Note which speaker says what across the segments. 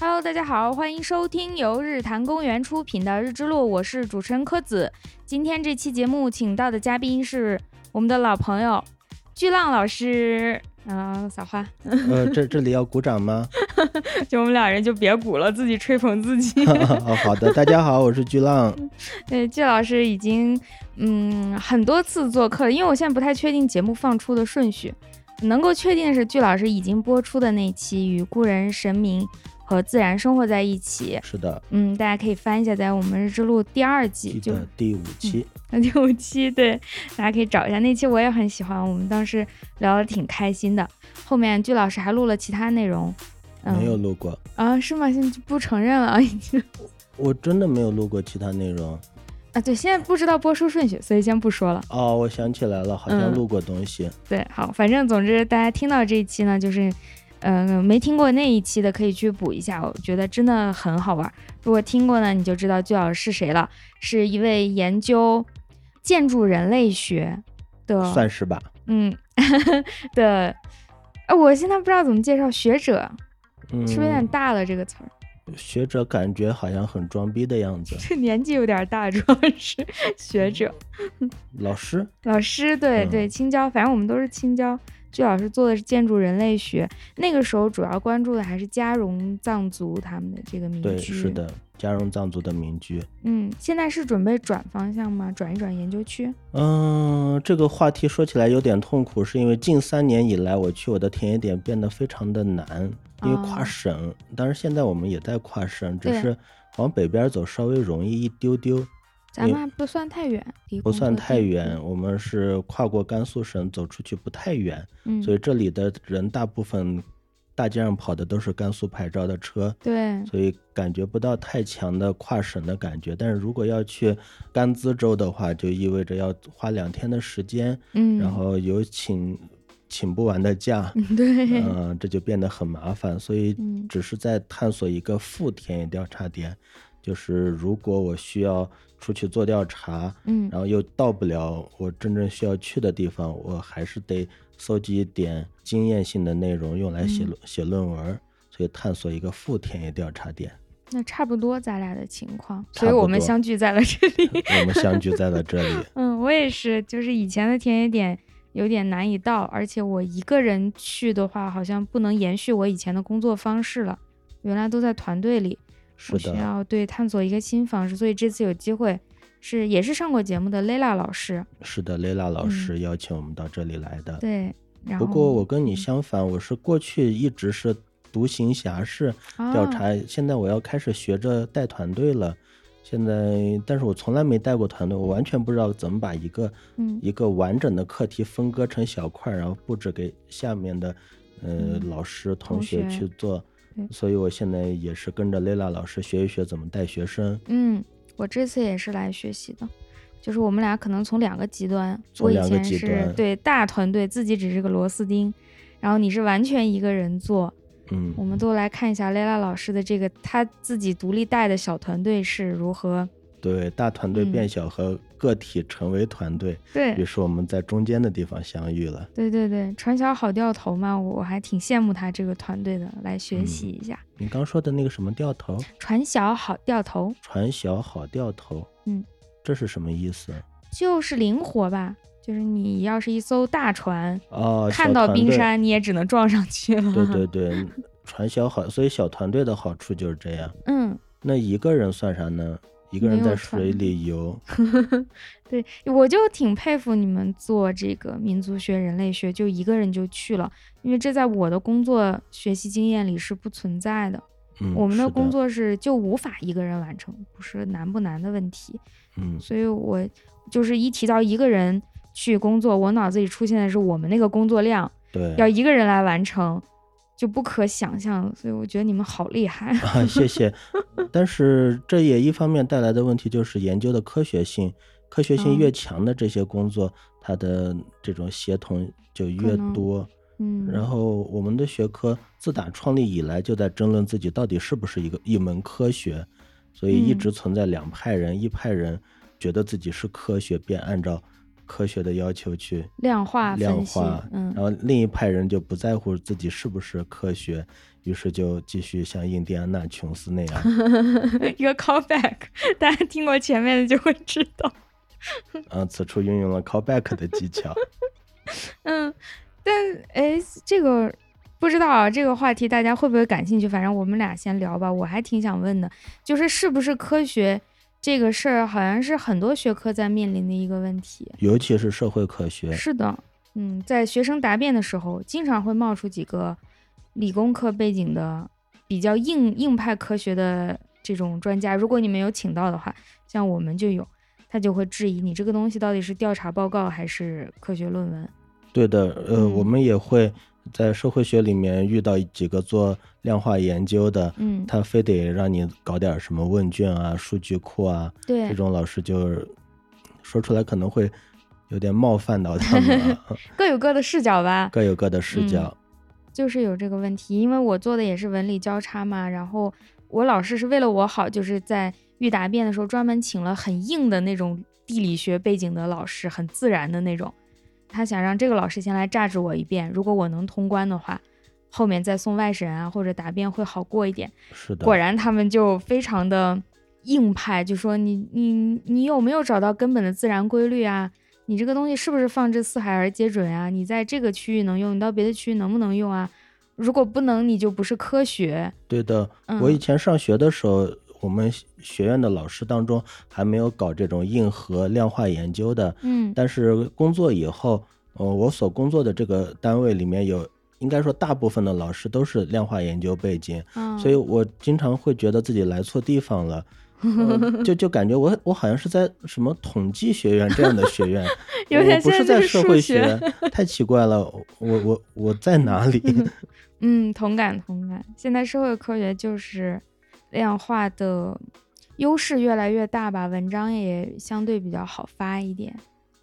Speaker 1: Hello，大家好，欢迎收听由日坛公园出品的《日之路》，我是主持人柯子。今天这期节目请到的嘉宾是我们的老朋友巨浪老师。啊、撒花，
Speaker 2: 呃，这这里要鼓掌吗？
Speaker 1: 就我们俩人就别鼓了，自己吹捧自己。
Speaker 2: 哦，好的，大家好，我是巨浪。
Speaker 1: 嗯对，季老师已经嗯很多次做客了，因为我现在不太确定节目放出的顺序，能够确定的是，季老师已经播出的那期《与故人、神明和自然生活在一起》，
Speaker 2: 是的，
Speaker 1: 嗯，大家可以翻一下，在我们日之路第二季
Speaker 2: 记
Speaker 1: 就嗯
Speaker 2: 得呃第五期，
Speaker 1: 第五期，对，大家可以找一下那期，我也很喜欢，我们当时聊的挺开心的。后面季老师还录了其他内容，嗯，
Speaker 2: 没有录过，
Speaker 1: 啊，是吗？现在就不承认了，已 哎经
Speaker 2: 我真的没有录过其他内容。
Speaker 1: 啊，对，现在不知道播出顺序，所以先不说了。
Speaker 2: 哦，我想起来了，好像
Speaker 1: 嗯
Speaker 2: 录过东西。
Speaker 1: 对，好，反正总之大家听到这一期呢，就是，呃，没听过那一期的可以去补一下，我觉得真的很好玩儿。如果听过呢，你就知道巨老师是谁了，是一位研究建筑人类学的，
Speaker 2: 算是吧，
Speaker 1: 嗯的，呃，我现在不知道怎么介绍学者，
Speaker 2: 嗯，
Speaker 1: 是不是有点大了这个词儿？
Speaker 2: 学者感觉好像很装逼的样子。
Speaker 1: 这年纪有点大，主要是
Speaker 2: 嗯
Speaker 1: 学者。
Speaker 2: 老师，
Speaker 1: 老师，对
Speaker 2: 嗯
Speaker 1: 对，青椒，反正我们都是青椒。据老师做的是建筑人类学，那个时候主要关注的还是加绒藏族他们的这个民居。
Speaker 2: 对，是。的，加绒藏族的民居。
Speaker 1: 嗯，现在是准备转方向吗？转一转研究区？
Speaker 2: 嗯，这个话题说起来有点痛苦，是因为近三年以来，我去我的田野点变得非常的难，因为跨
Speaker 1: 哦
Speaker 2: 省。当然，现在我们也在跨省，只
Speaker 1: 对
Speaker 2: 是往北边走稍微容易一丢丢，
Speaker 1: 咱
Speaker 2: 也
Speaker 1: 们还不算太远，离
Speaker 2: 不
Speaker 1: 工
Speaker 2: 算
Speaker 1: 作
Speaker 2: 太
Speaker 1: 地
Speaker 2: 远。。我们是跨过甘肃省走出去不太远，
Speaker 1: 嗯，
Speaker 2: 所以这里的人大部分大街上跑的都是甘肃牌照的车，
Speaker 1: 对，
Speaker 2: 所以感觉不到太强的跨省的感觉。但是如果要去甘孜州的话，就意味着要花两天的时间。
Speaker 1: 嗯，
Speaker 2: 然后有请请不完的假，
Speaker 1: 嗯 对，
Speaker 2: 嗯、这就变得很麻烦，所以
Speaker 1: 嗯
Speaker 2: 只是在探索一个副田野调查点，就是如果我需要出去做调查，
Speaker 1: 嗯
Speaker 2: 然后又到不了我真正需要去的地方，我还是得搜集一点经验性的内容用来写
Speaker 1: 嗯
Speaker 2: 论、写论文。所以探索一个副田野调 查点，
Speaker 1: 那差不多咱俩的情况，
Speaker 2: 差
Speaker 1: 所以
Speaker 2: 不
Speaker 1: 我们
Speaker 2: 多
Speaker 1: 相聚在了这里。
Speaker 2: 我们相聚在了 这里。
Speaker 1: 嗯，我也是，就是以前的田野点有点难以到，而且我一个人去的话，好像不能延续我以前的工作方式了。原来都在团队里，
Speaker 2: 是
Speaker 1: 我需
Speaker 2: 的，
Speaker 1: 要对探索一个新方式，所以这次有机会是也是上过节目的 Lela 老师，
Speaker 2: 是的，雷拉老
Speaker 1: 嗯
Speaker 2: 师邀请我们到这里来的。
Speaker 1: 对，然后
Speaker 2: 不过我跟你相反，我是过去一直是独行侠式调
Speaker 1: 啊
Speaker 2: 查，现在我要开始学着带团队了。现在，但是我从来没带过团队，我完全不知道怎么把一个、
Speaker 1: 嗯
Speaker 2: 一个完整的课题分割成小块，然后布置给下面的呃、
Speaker 1: 嗯
Speaker 2: 老师同
Speaker 1: 同
Speaker 2: 学
Speaker 1: 学
Speaker 2: 去做
Speaker 1: 对。
Speaker 2: 所以我现在也是跟着雷拉老师学一学怎么带学生，
Speaker 1: 嗯，我这次也是来学习的，就是我们俩可能从两个极端，
Speaker 2: 从
Speaker 1: 我以
Speaker 2: 两个
Speaker 1: 前
Speaker 2: 极
Speaker 1: 是
Speaker 2: 端
Speaker 1: 对大团队，自己只是个螺丝钉，然后你是完全一个人做。
Speaker 2: 嗯，
Speaker 1: 我们都来看一下 Lela 老师的这个他自己独立带的小团队是如何。
Speaker 2: 对大团队
Speaker 1: 嗯
Speaker 2: 变小和个体成为团队，于
Speaker 1: 对
Speaker 2: 是我们在中间的地方相遇了。
Speaker 1: 对对对，传销好掉头嘛，我我还挺羡慕他这个团队的，来学
Speaker 2: 嗯
Speaker 1: 习一下。
Speaker 2: 你刚说的那个什么掉头，
Speaker 1: 传销好掉头
Speaker 2: 船小好掉头，
Speaker 1: 嗯，
Speaker 2: 这是什么意思？
Speaker 1: 就是灵活吧，就是你要是一艘大船，
Speaker 2: 哦，
Speaker 1: 看
Speaker 2: 小
Speaker 1: 到
Speaker 2: 团
Speaker 1: 冰
Speaker 2: 队，
Speaker 1: 山你也只能撞上去了。
Speaker 2: 对对对，船小好，所以小团队的好处就是这样。
Speaker 1: 嗯，
Speaker 2: 那一个人算啥呢？一个人
Speaker 1: 没有
Speaker 2: 在水
Speaker 1: 船
Speaker 2: 里游，
Speaker 1: 对，我就挺佩服你们做这个民族学、人类学，就一个人就去了，因为这在我的工作学习经验里是不存在的。
Speaker 2: 嗯，
Speaker 1: 我们
Speaker 2: 是
Speaker 1: 的
Speaker 2: 的
Speaker 1: 工，作是就无法一个人完成，不是难不难的问题。
Speaker 2: 嗯，
Speaker 1: 所以我就是一提到一个人去工作，我脑子里出现的是我们那个工作量
Speaker 2: 对，
Speaker 1: 要一个人来完成，就不可想象。所以我觉得你们好厉 害。
Speaker 2: 啊，谢谢。但是这也一方面带来的问题就是研究的科学性，科学
Speaker 1: 嗯
Speaker 2: 性越强的这些工作，它的这种协同就越
Speaker 1: 能
Speaker 2: 多。然
Speaker 1: 嗯，
Speaker 2: 后我们的学科自打创立以来就在争论自己到底是不是一个一门科学，所以一
Speaker 1: 嗯
Speaker 2: 直存在两派人，一派人觉得自己是科学，便按照科学的要求去
Speaker 1: 量化
Speaker 2: 量
Speaker 1: 分析
Speaker 2: 化，，
Speaker 1: 嗯
Speaker 2: 然后另一派人就不在乎自己是不是科学，于是就继续像印第安纳琼斯 那样
Speaker 1: 一个 callback，大 家听过前面的就会知道。
Speaker 2: 啊，此处运用了 callback 的技巧。
Speaker 1: 嗯，但哎，这个不知道啊，这个话题大家会不会感兴趣？反正我们俩先聊吧，我还挺想问的，就是是不是科学这个事儿，好像是很多学科在面临的一个问题。
Speaker 2: 尤其是社会科学，
Speaker 1: 是的，嗯，在学生答辩的时候，经常会冒出几个理工科背景的比较硬硬派科学的这种专家，如果你没有请到的话，像我们就有，他就会质疑你这个东西到底是调查报告还是科学论文。
Speaker 2: 对的，呃，
Speaker 1: 嗯
Speaker 2: 我们也会在社会学里面遇到几个做量化研究的，
Speaker 1: 嗯，
Speaker 2: 他非得让你搞点什么问卷啊、数据库啊，
Speaker 1: 对
Speaker 2: 这，种老师就说出来可能会有点冒犯到他们啊，
Speaker 1: 各有各的视角吧，
Speaker 2: 各有各的
Speaker 1: 嗯
Speaker 2: 视角。
Speaker 1: 就是有这个问题，因为我做的也是文理交叉嘛，然后我老师是为了我好，就是在预答辩的时候专门请了很硬的那种地理学背景的老师，很自然的那种，他想让这个老师先来榨制我一遍，如果我能通关的话，后面再送外审啊或者答辩会好过一点。
Speaker 2: 是的，
Speaker 1: 果然他们就非常的硬派，就说你你你有没有找到根本的自然规律啊？你这个东西是不是放之四海而皆准啊？你在这个区域能用，你到别的区域能不能用啊？如果不能，你就不是科学。
Speaker 2: 对的。
Speaker 1: 嗯
Speaker 2: 我以前上学的时候，我们学院的老师当中还没有搞这种硬核量化研究的，
Speaker 1: 嗯
Speaker 2: 但是工作以后，呃，我所工作的这个单位里面有，应该说大部分的老师都是量化研究背景，
Speaker 1: 啊，，
Speaker 2: 所以我经常会觉得自己来错地方了。呃就就感觉我我好像是在什么统计学院这样的学院
Speaker 1: 有点
Speaker 2: 我不是
Speaker 1: 像就
Speaker 2: 在
Speaker 1: 是
Speaker 2: 社
Speaker 1: 数
Speaker 2: 会
Speaker 1: 学
Speaker 2: 学，太奇怪了。我我我在 哪里？
Speaker 1: 嗯，同感同感。现在社会科学就是量化的优势越来越大吧，文章也相对比较好发一点。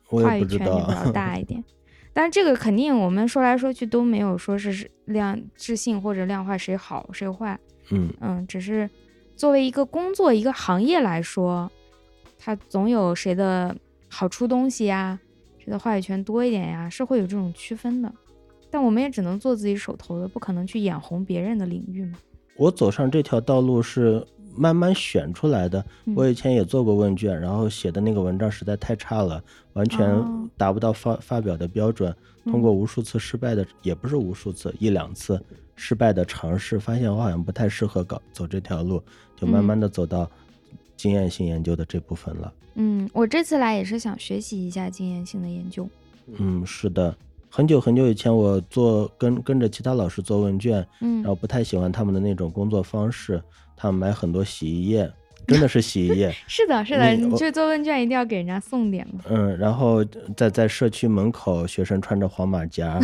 Speaker 2: 我
Speaker 1: 话
Speaker 2: 也
Speaker 1: 语
Speaker 2: 不知
Speaker 1: 权也比较
Speaker 2: 道。
Speaker 1: 大一点。但这个肯定我们说来说去都没有说是量质性或者量化谁好谁坏，
Speaker 2: 嗯，
Speaker 1: 嗯，只是作为一个工作一个行业来说，它总有谁的好出东西呀，谁的话语权多一点呀，是会有这种区分的。但我们也只能做自己手头的，不可能去眼红别人的领域嘛。
Speaker 2: 我走上这条道路是慢慢选出来的。
Speaker 1: 嗯
Speaker 2: 我以前也做过问卷，然后写的那个文章实在太差了，完全
Speaker 1: 哦嗯
Speaker 2: 达不到发发表的标准。通过无数次失败的，也不是无数次，一两次失败的尝试，发现我好像不太适合搞走这条路，就慢慢的走到经验性研究的这部分了。
Speaker 1: 嗯，我这次来也是想学习一下经验性的研究。
Speaker 2: 嗯，是的。很久很久以前，我做跟跟着其他老师做问卷，
Speaker 1: 嗯
Speaker 2: 然后不太喜欢他们的那种工作方式，他们买很多洗衣液，真的是洗衣 液，
Speaker 1: 是的，是的，
Speaker 2: 你哦
Speaker 1: 你
Speaker 2: 我
Speaker 1: 这做问卷一定要给人家送点嘛。
Speaker 2: 嗯，然后在在社区门口，学生穿着黄马 甲，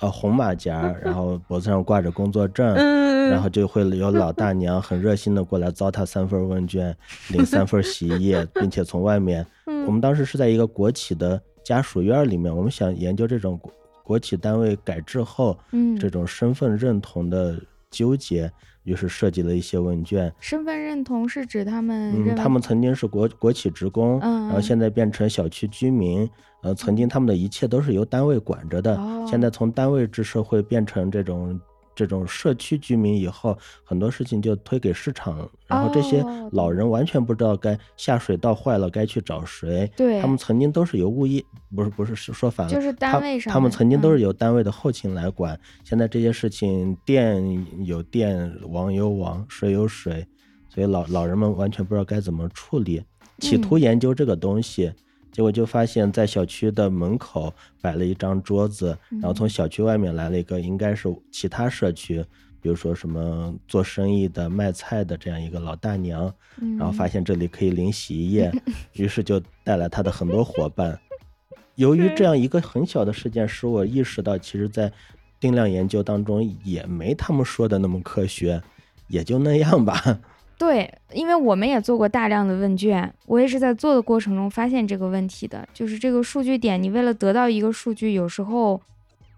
Speaker 2: 呃红马甲，然后脖子上挂着工作证，
Speaker 1: 嗯
Speaker 2: 然后就会有老大娘很热心的过来糟蹋三份问卷，领三份洗衣液，并且从 外面，
Speaker 1: 嗯
Speaker 2: 我们当时是在一个国企的家属院里面，我们想研究这种国国企单位改制后
Speaker 1: 嗯，
Speaker 2: 这种身份认同的纠结，于是设计了一些问卷，
Speaker 1: 身份认同是指他们认为、
Speaker 2: 嗯，他们曾经是国国企职工，
Speaker 1: 嗯
Speaker 2: 然后
Speaker 1: 嗯
Speaker 2: 现在变成小区居民。呃，曾经他们的一切都是由单位管着的，
Speaker 1: 哦
Speaker 2: 现在从单位制社会变成这种这种社区居民以后，很多事情就推给市场，然后这些
Speaker 1: 哦
Speaker 2: 老人完全不知道该下水道坏了该去找谁。
Speaker 1: 对
Speaker 2: 他们曾经都是由物业，不是不是是说反了，
Speaker 1: 就是单
Speaker 2: 他
Speaker 1: 位上
Speaker 2: 他们
Speaker 1: 的
Speaker 2: 曾经都
Speaker 1: 嗯
Speaker 2: 是由单位的后勤来管，现在这些事情电有电，网有网，水有水，所以老老人们完全不知道该怎么处理，企
Speaker 1: 嗯
Speaker 2: 图研究这个东西，结果就发现，在小区的门口摆了一张桌子，然后
Speaker 1: 嗯
Speaker 2: 从小区外面来了一个，应该是其他社区。比如说什么做生意的、卖菜的这样一个老大娘，
Speaker 1: 嗯
Speaker 2: 然后发现这里可以淋洗 衣液，于是就带来她的很多伙伴。由于这样一个很小的事件，使我意识到，其实，在定量研究当中也没他们说的那么科学，也就那样吧。
Speaker 1: 对，因为我们也做过大量的问卷，我也是在做的过程中发现这个问题的，就是这个数据点，你为了得到一个数据，有时候、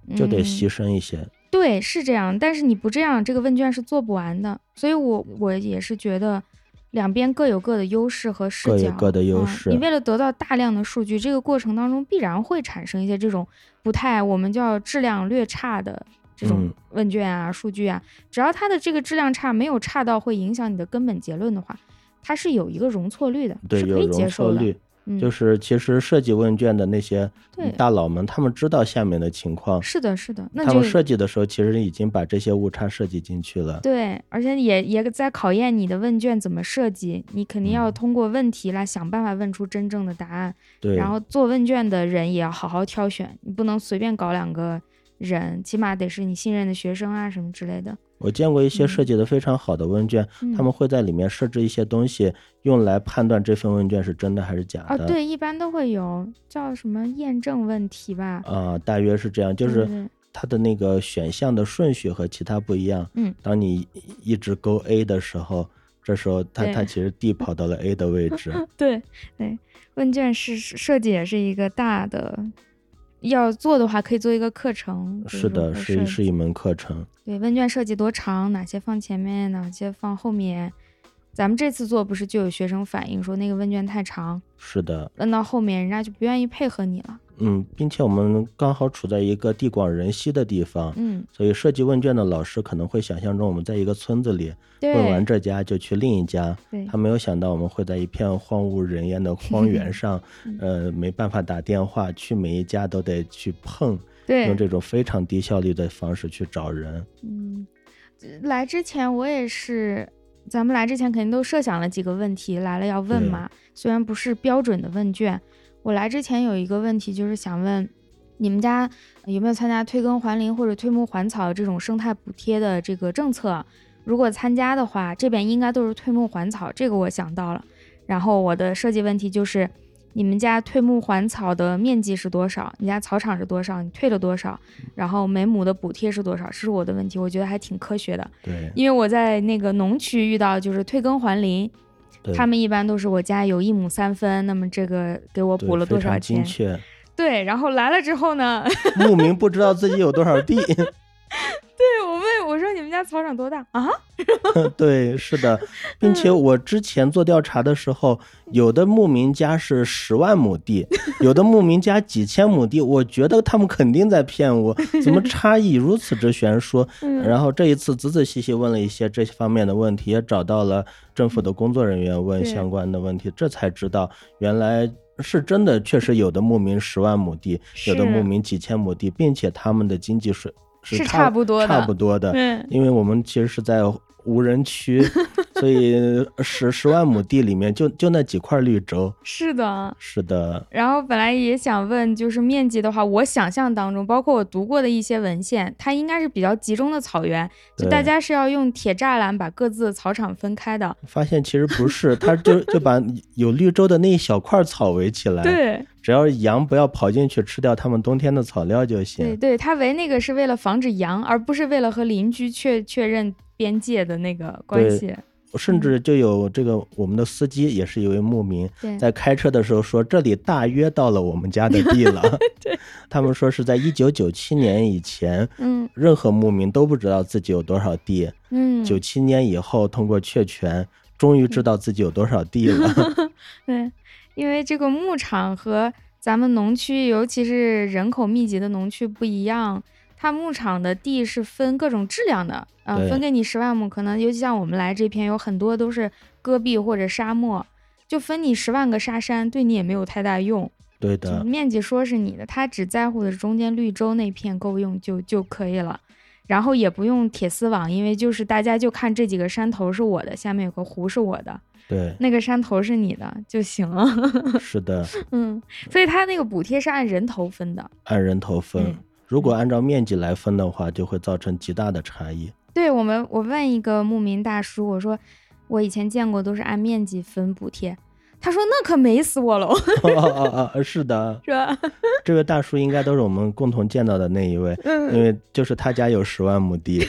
Speaker 1: 嗯、
Speaker 2: 就得牺牲一些。
Speaker 1: 对，是这样，但是你不这样，这个问卷是做不完的。所以我我也是觉得，两边各有各的优势和视角，
Speaker 2: 各有各的优
Speaker 1: 嗯。
Speaker 2: 势
Speaker 1: 你为了得到大量的数据，这个过程当中必然会产生一些这种不太，我们叫质量略差的这种
Speaker 2: 嗯
Speaker 1: 问卷啊、数据啊。只要它的这个质量差没有差到会影响你的根本结论的话，它是有一个容错率的，
Speaker 2: 对，
Speaker 1: 是可
Speaker 2: 有
Speaker 1: 以接
Speaker 2: 容错
Speaker 1: 受的。
Speaker 2: 率。
Speaker 1: 嗯，
Speaker 2: 就是其实设计问卷的那些
Speaker 1: 对
Speaker 2: 大佬们，他们知道下面的情况，
Speaker 1: 是的，是的，那
Speaker 2: 他
Speaker 1: 就
Speaker 2: 们设计的时候其实已经把这些误差设计进去了。
Speaker 1: 对，而且也也在考验你的问卷怎么设计，你肯定要
Speaker 2: 嗯
Speaker 1: 通过问题来想办法问出真正的答案。
Speaker 2: 对，
Speaker 1: 然后做问卷的人也要好好挑选，你不能随便搞两个人，起码得是你信任的学生啊什么之类的。
Speaker 2: 我见过一些
Speaker 1: 嗯
Speaker 2: 设计的非常好的问卷，
Speaker 1: 嗯
Speaker 2: 他们会在里面设置一些东西，用来判断这份问卷是真的还是假
Speaker 1: 啊，
Speaker 2: 的。
Speaker 1: 对，一般都会有叫什么验证问题吧，
Speaker 2: 啊、大约是这样，就
Speaker 1: 对
Speaker 2: 是
Speaker 1: 对对
Speaker 2: 它的那个选项的顺序和其他不一样。
Speaker 1: 嗯，
Speaker 2: 当你一直勾 A 的时候，这时候它
Speaker 1: 对
Speaker 2: 它其实 D 跑到了 A 的位 置。
Speaker 1: 对对，问卷是设计也是一个大的，要做的话可以做一个课程。比如
Speaker 2: 是
Speaker 1: 说
Speaker 2: 的，
Speaker 1: 和
Speaker 2: 是
Speaker 1: 设
Speaker 2: 一是一门课程。
Speaker 1: 对，问卷设计多长，哪些放前面，哪些放后面。咱们这次做不是就有学生反映说那个问卷太长，
Speaker 2: 是的，
Speaker 1: 问到后面人家就不愿意配合你了。
Speaker 2: 嗯，并且我们刚好处在一个地广人稀的地方，
Speaker 1: 嗯，
Speaker 2: 所以设计问卷的老师可能会想象中我们在一个村子里，
Speaker 1: 对，
Speaker 2: 问完这家就去另一家
Speaker 1: 对，
Speaker 2: 他没有想到我们会在一片荒无人烟的 荒原上
Speaker 1: 嗯，
Speaker 2: 呃，没办法打电话去每一家都得去碰，
Speaker 1: 对，
Speaker 2: 用这种非常低效率的方式去找人。
Speaker 1: 嗯，来之前我也是，咱们来之前肯定都设想了几个问题，来了要问
Speaker 2: 对
Speaker 1: 嘛。虽然不是标准的问卷，我来之前有一个问题就是想问，你们家有没有参加退耕还林或者推牧还草这种生态补贴的这个政策？如果参加的话，这边应该都是退牧还草，这个我想到了。然后我的设计问题就是，你们家退牧还草的面积是多少？你家草场是多少？你退了多少？然后每亩的补贴是多少？这是我的问题，我觉得还挺科学的，
Speaker 2: 对，
Speaker 1: 因为我在那个农区遇到就是退耕还林，
Speaker 2: 对，
Speaker 1: 他们一般都是我家有一亩三分，那么这个给我
Speaker 2: 对
Speaker 1: 补了多少
Speaker 2: 非常精
Speaker 1: 钱？
Speaker 2: 确，
Speaker 1: 对，然后来了之后呢，
Speaker 2: 牧民不知道自己有多少地。
Speaker 1: 对我问我说你们家草场多大啊？
Speaker 2: 对，是 的，并且我之前做调查的时候，有的牧民家是十万亩地，有的牧民家几千亩地，我觉得他们肯定在骗我，怎么差异如此之悬殊？
Speaker 1: 嗯
Speaker 2: 然后这一次仔仔细细问了一些这方面的问题，也找到了政府的工作人员问
Speaker 1: 对
Speaker 2: 相关的问题，这才知道原来。是真的，确实有的牧民十万亩地，有的
Speaker 1: 是
Speaker 2: 牧民几千亩地，并且他们的经济水是
Speaker 1: 是
Speaker 2: 差
Speaker 1: 差不多
Speaker 2: 差
Speaker 1: 的
Speaker 2: 不多的。
Speaker 1: 嗯，
Speaker 2: 因为我们其实是在无 人区，所以十十万亩地里面就就那几块绿洲。
Speaker 1: 是的，
Speaker 2: 是的，
Speaker 1: 然后本来也想问，就是面积的话，我想象当中，包括我读过的一些文献，它应该是比较集中的草原，就
Speaker 2: 对
Speaker 1: 大家是要用铁栅栏把各自的草场分开的。
Speaker 2: 发现其实不是，他就就把有绿洲的那一小块草围起来，
Speaker 1: 对
Speaker 2: 只要羊不要跑进去吃掉它们冬天的草料就
Speaker 1: 对
Speaker 2: 行。
Speaker 1: 对，它围那个是为了防止羊，而不是为了和邻居确确认边界的那个关
Speaker 2: 对
Speaker 1: 系。
Speaker 2: 甚至就有这个我们的司机也是一位牧民，
Speaker 1: 对
Speaker 2: 在开车的时候说这里大约到了我们家的 地了。他们说是在一九九七年以前，
Speaker 1: 嗯
Speaker 2: 任何牧民都不知道自己有多少地。
Speaker 1: 嗯，
Speaker 2: 九七年以后通过确权，终于知道自己有多少地了。
Speaker 1: 对，因为这个牧场和咱们农区，尤其是人口密集的农区不一样，它牧场的地是分各种质量的，嗯、
Speaker 2: 对
Speaker 1: 分给你十万亩，可能尤其像我们来这片，有很多都是戈壁或者沙漠，就分你十万个沙山，对你也没有太大用。
Speaker 2: 对
Speaker 1: 就
Speaker 2: 的，
Speaker 1: 面积说是你的，他只在乎的是中间绿洲那片够用就就可以了，然后也不用铁丝网，因为就是大家就看这几个山头是我的，下面有个湖是我的，
Speaker 2: 对，
Speaker 1: 那个山头是你的就行了。
Speaker 2: 是的，
Speaker 1: 嗯，所以它那个补贴是按人头分的。
Speaker 2: 按人头分
Speaker 1: 嗯。
Speaker 2: 如果按照面积来分的话，就会造成极大的 差异。
Speaker 1: 对我们，我问一个牧民大叔，我说我以前见过都是按面积分补贴，他说那可美死我喽，
Speaker 2: 哦哦哦，是的，
Speaker 1: 是吧？
Speaker 2: 这位大叔应该都是我们共同见到的那一位，因
Speaker 1: 嗯，
Speaker 2: 为就是他家有十万 亩地，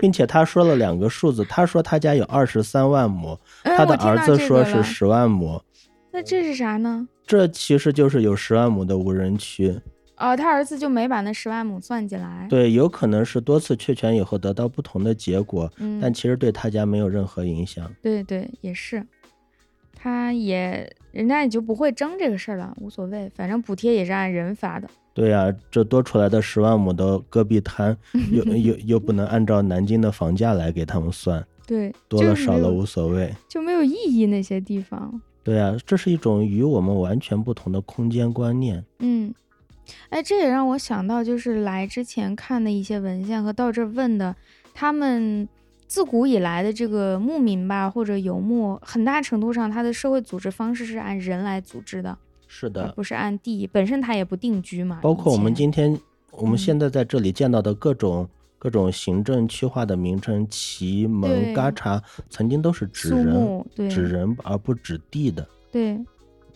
Speaker 2: 并且他说了两个数字，他说他家有二十三万亩，
Speaker 1: 嗯
Speaker 2: 他的
Speaker 1: 我听
Speaker 2: 儿
Speaker 1: 到
Speaker 2: 子
Speaker 1: 这
Speaker 2: 说
Speaker 1: 个
Speaker 2: 是
Speaker 1: 了
Speaker 2: 十万亩，
Speaker 1: 那这是啥呢？
Speaker 2: 这其实就是有十万亩的无人区。
Speaker 1: 哦，他儿子就没把那十万亩算进来。
Speaker 2: 对，有可能是多次确权以后得到不同的结果，
Speaker 1: 嗯，
Speaker 2: 但其实对他家没有任何影响。
Speaker 1: 对对，也是。他也人家也就不会争这个事儿了，无所谓，反正补贴也是按人发的。
Speaker 2: 对呀、这多出来的十万亩的戈壁滩，又又又不能按照南京的房价来给他们算，
Speaker 1: 对，
Speaker 2: 多
Speaker 1: 就
Speaker 2: 了
Speaker 1: 是
Speaker 2: 少
Speaker 1: 没
Speaker 2: 了
Speaker 1: 有
Speaker 2: 无所谓。
Speaker 1: 就没有意义那些地方。
Speaker 2: 对呀、这是一种与我们完全不同的空间观念。
Speaker 1: 嗯，哎，这也让我想到，就是来之前看的一些文献和到这儿问的，他们自古以来的这个牧民吧，或者游牧，很大程度上他的社会组织方式是按人来组织的，
Speaker 2: 是
Speaker 1: 而
Speaker 2: 的，
Speaker 1: 啊不是按地。本身他也不定居嘛，
Speaker 2: 包括我们
Speaker 1: 以前
Speaker 2: 今天我
Speaker 1: 嗯
Speaker 2: 们现在在这里见到的各种。各种行政区划的名称，旗、
Speaker 1: 对
Speaker 2: 门、嘎嚓，曾经都是指
Speaker 1: 肃
Speaker 2: 人、
Speaker 1: 穆，对
Speaker 2: 指人而不指地的。
Speaker 1: 对。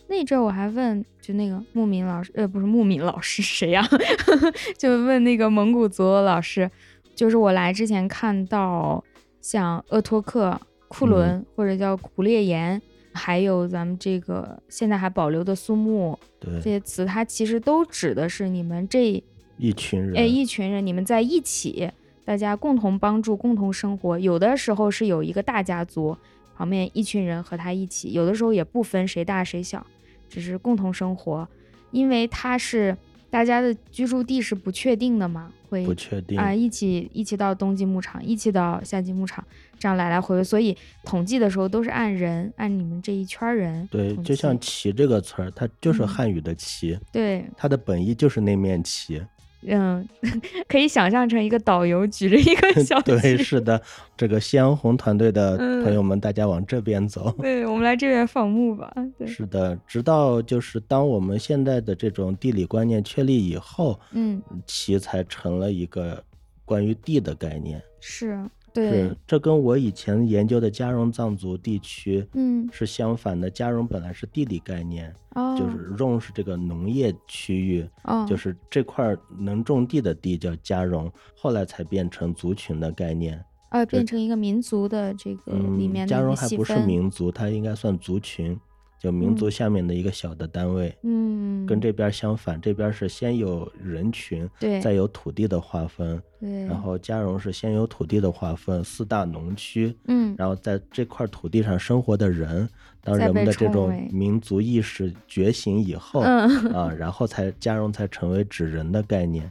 Speaker 1: 那阵儿我还问，就那个牧民老师，呃，不是牧民老师谁呀、 就问那个蒙古族的老师，就是我来之前看到像鄂托克、库伦、或者叫古列岩，还有咱们这个现在还保留的苏木这
Speaker 2: 对，
Speaker 1: 些词，它其实都指的是你们这
Speaker 2: 一群人。
Speaker 1: 哎一群人，你们在一起，大家共同帮助、共同生活。有的时候是有一个大家族，旁边一群人和他一起；有的时候也不分谁大谁小，只是共同生活。因为他是大家的居住地是不确定的嘛，会
Speaker 2: 不确定。
Speaker 1: 啊、一起一起到冬季牧场，一起到夏季牧场，这样来来回回。所以统计的时候都是按人，按你们这一圈儿人统计。
Speaker 2: 对，就像“旗”这个词儿，它就是
Speaker 1: 嗯
Speaker 2: 汉语的“旗”，
Speaker 1: 对，
Speaker 2: 它的本意就是那面 旗。
Speaker 1: 嗯， 可以想象成一个导游举着一 个小旗
Speaker 2: 对，是的，这个夕阳红团队的
Speaker 1: 嗯
Speaker 2: 朋友们，大家往这边走。
Speaker 1: 对，我们来这边放牧吧。对，
Speaker 2: 是的，直到就是当我们现在的这种地理观念确立以后，
Speaker 1: 嗯，
Speaker 2: 旗才成了一个关于地的概念。
Speaker 1: 是，对
Speaker 2: 是，，这跟我以前研究的加绒藏族地区
Speaker 1: 嗯，
Speaker 2: 是相反的。加绒本来是地理概念，
Speaker 1: 哦，
Speaker 2: 就是，绒是这个农业区域，
Speaker 1: 哦，，
Speaker 2: 就是是这块儿能种地的地叫加绒，后来才变成族群的概念。
Speaker 1: 呃，变成一个民族的这个里
Speaker 2: 嗯，
Speaker 1: 面
Speaker 2: 加
Speaker 1: 的
Speaker 2: 绒
Speaker 1: 一
Speaker 2: 还
Speaker 1: 些细
Speaker 2: 不是
Speaker 1: 分，
Speaker 2: 民族，它应该算族群，就民族下面的一个小的单位。
Speaker 1: 嗯，
Speaker 2: 跟这边相反，这边是先有人群，
Speaker 1: 对
Speaker 2: 再有土地的划分，
Speaker 1: 对，
Speaker 2: 然后加绒是先有土地的划分，四大农区，
Speaker 1: 嗯，
Speaker 2: 然后在这块土地上生活的人，当
Speaker 1: 再
Speaker 2: 人们
Speaker 1: 被
Speaker 2: 的这
Speaker 1: 称
Speaker 2: 种
Speaker 1: 为
Speaker 2: 民族意识觉醒以后，
Speaker 1: 嗯
Speaker 2: 啊，然后才加绒才成为指人的概念。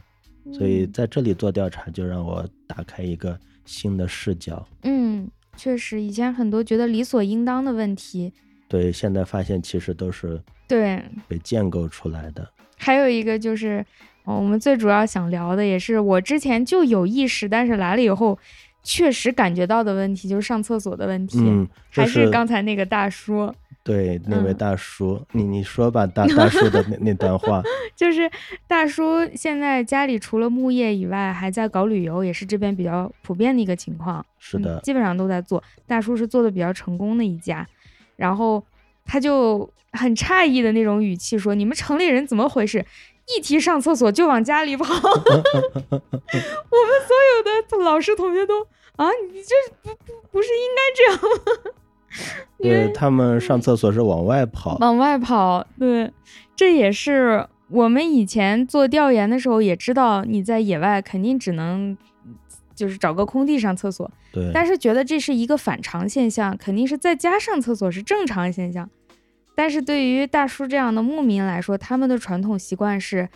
Speaker 2: 所以
Speaker 1: 嗯
Speaker 2: 在这里做调查，就让我打开一个新的视角。
Speaker 1: 嗯，确实，以前很多觉得理所应当的问题，
Speaker 2: 对，现在发现其实都是
Speaker 1: 对，
Speaker 2: 被建构出来的。
Speaker 1: 还有一个就是，呃我们最主要想聊的也是我之前就有意识，但是来了以后确实感觉到的问题，就是上厕所的问题，
Speaker 2: 嗯，这
Speaker 1: 还
Speaker 2: 是
Speaker 1: 刚才那个大叔，
Speaker 2: 对那位
Speaker 1: 嗯
Speaker 2: 大叔，你你说吧，大大叔的那那段话。
Speaker 1: 就是大叔现在家里除了牧业以外，还在搞旅游，也是这边比较普遍的一个情况。
Speaker 2: 是
Speaker 1: 嗯
Speaker 2: 的，
Speaker 1: 基本上都在做。大叔是做的比较成功的一家，然后他就很诧异的那种语气说：“你们城里人怎么回事？一提上厕所就往家 里跑。”我们所有的老师同学都啊，你这不不不是应该这样吗？因
Speaker 2: 因
Speaker 1: 为
Speaker 2: 为他们上厕所是往外跑。
Speaker 1: 嗯往外跑，对，这也是我们以前做调研的时候也知道，你在野外肯定只能就是找个空地上厕所，
Speaker 2: 对，
Speaker 1: 但是觉得这是一个反常现象，肯定是在家上厕所是正常现象。但是对于大叔这样的牧民来说，他们的传统习惯是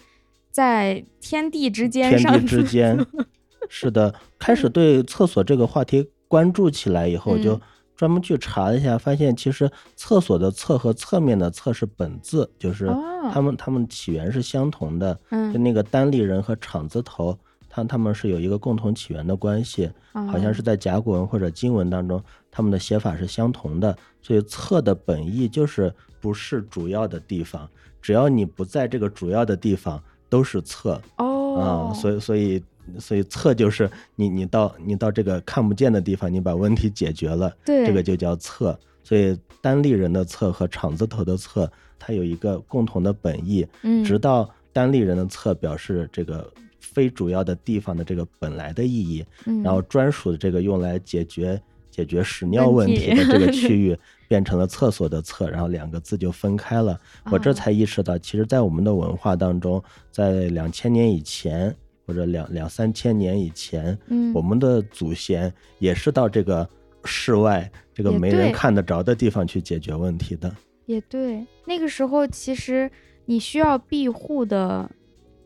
Speaker 1: 在天地之间
Speaker 2: 天
Speaker 1: 上
Speaker 2: 地之间， 是的。开始对厕所这个话题关注起来以后，我就
Speaker 1: 嗯
Speaker 2: 专门去查了一下，发现其实厕所的“厕”和侧面的“侧”是本字，就是
Speaker 1: 哦
Speaker 2: 他们他们起源是相同的。就
Speaker 1: 嗯，
Speaker 2: 那个单立人和厂字头，他他们是有一个共同起源的关系，好像是
Speaker 1: 哦
Speaker 2: 在甲骨文或者金文当中，他们的写法是相同的，所以厕的本意就是不是主要的地方，只要你不在这个主要的地方，都是厕啊、
Speaker 1: 哦，
Speaker 2: 所以所以所以厕就是你你到你到这个看不见的地方，你把问题解决了，
Speaker 1: 对
Speaker 2: 这个就叫厕。所以单立人的厕和厂字头的厕，它有一个共同的本意，
Speaker 1: 嗯
Speaker 2: 直到单立人的侧表示这个非主要的地方的这个本来的意义，
Speaker 1: 嗯
Speaker 2: 然后专属的这个用来解决解决屎尿问题
Speaker 1: 问题
Speaker 2: 的这个区域变成了厕所的厕，然后两个字就分开了。我这
Speaker 1: 啊
Speaker 2: 才意识到，其实，在我们的文化当中，在两千年以前或者两两三千年以前，
Speaker 1: 嗯
Speaker 2: 我们的祖先也是到这个室外这个
Speaker 1: 也
Speaker 2: 没人
Speaker 1: 对
Speaker 2: 看得着的地方去解决问题的。
Speaker 1: 也对，那个时候其实你需要庇护的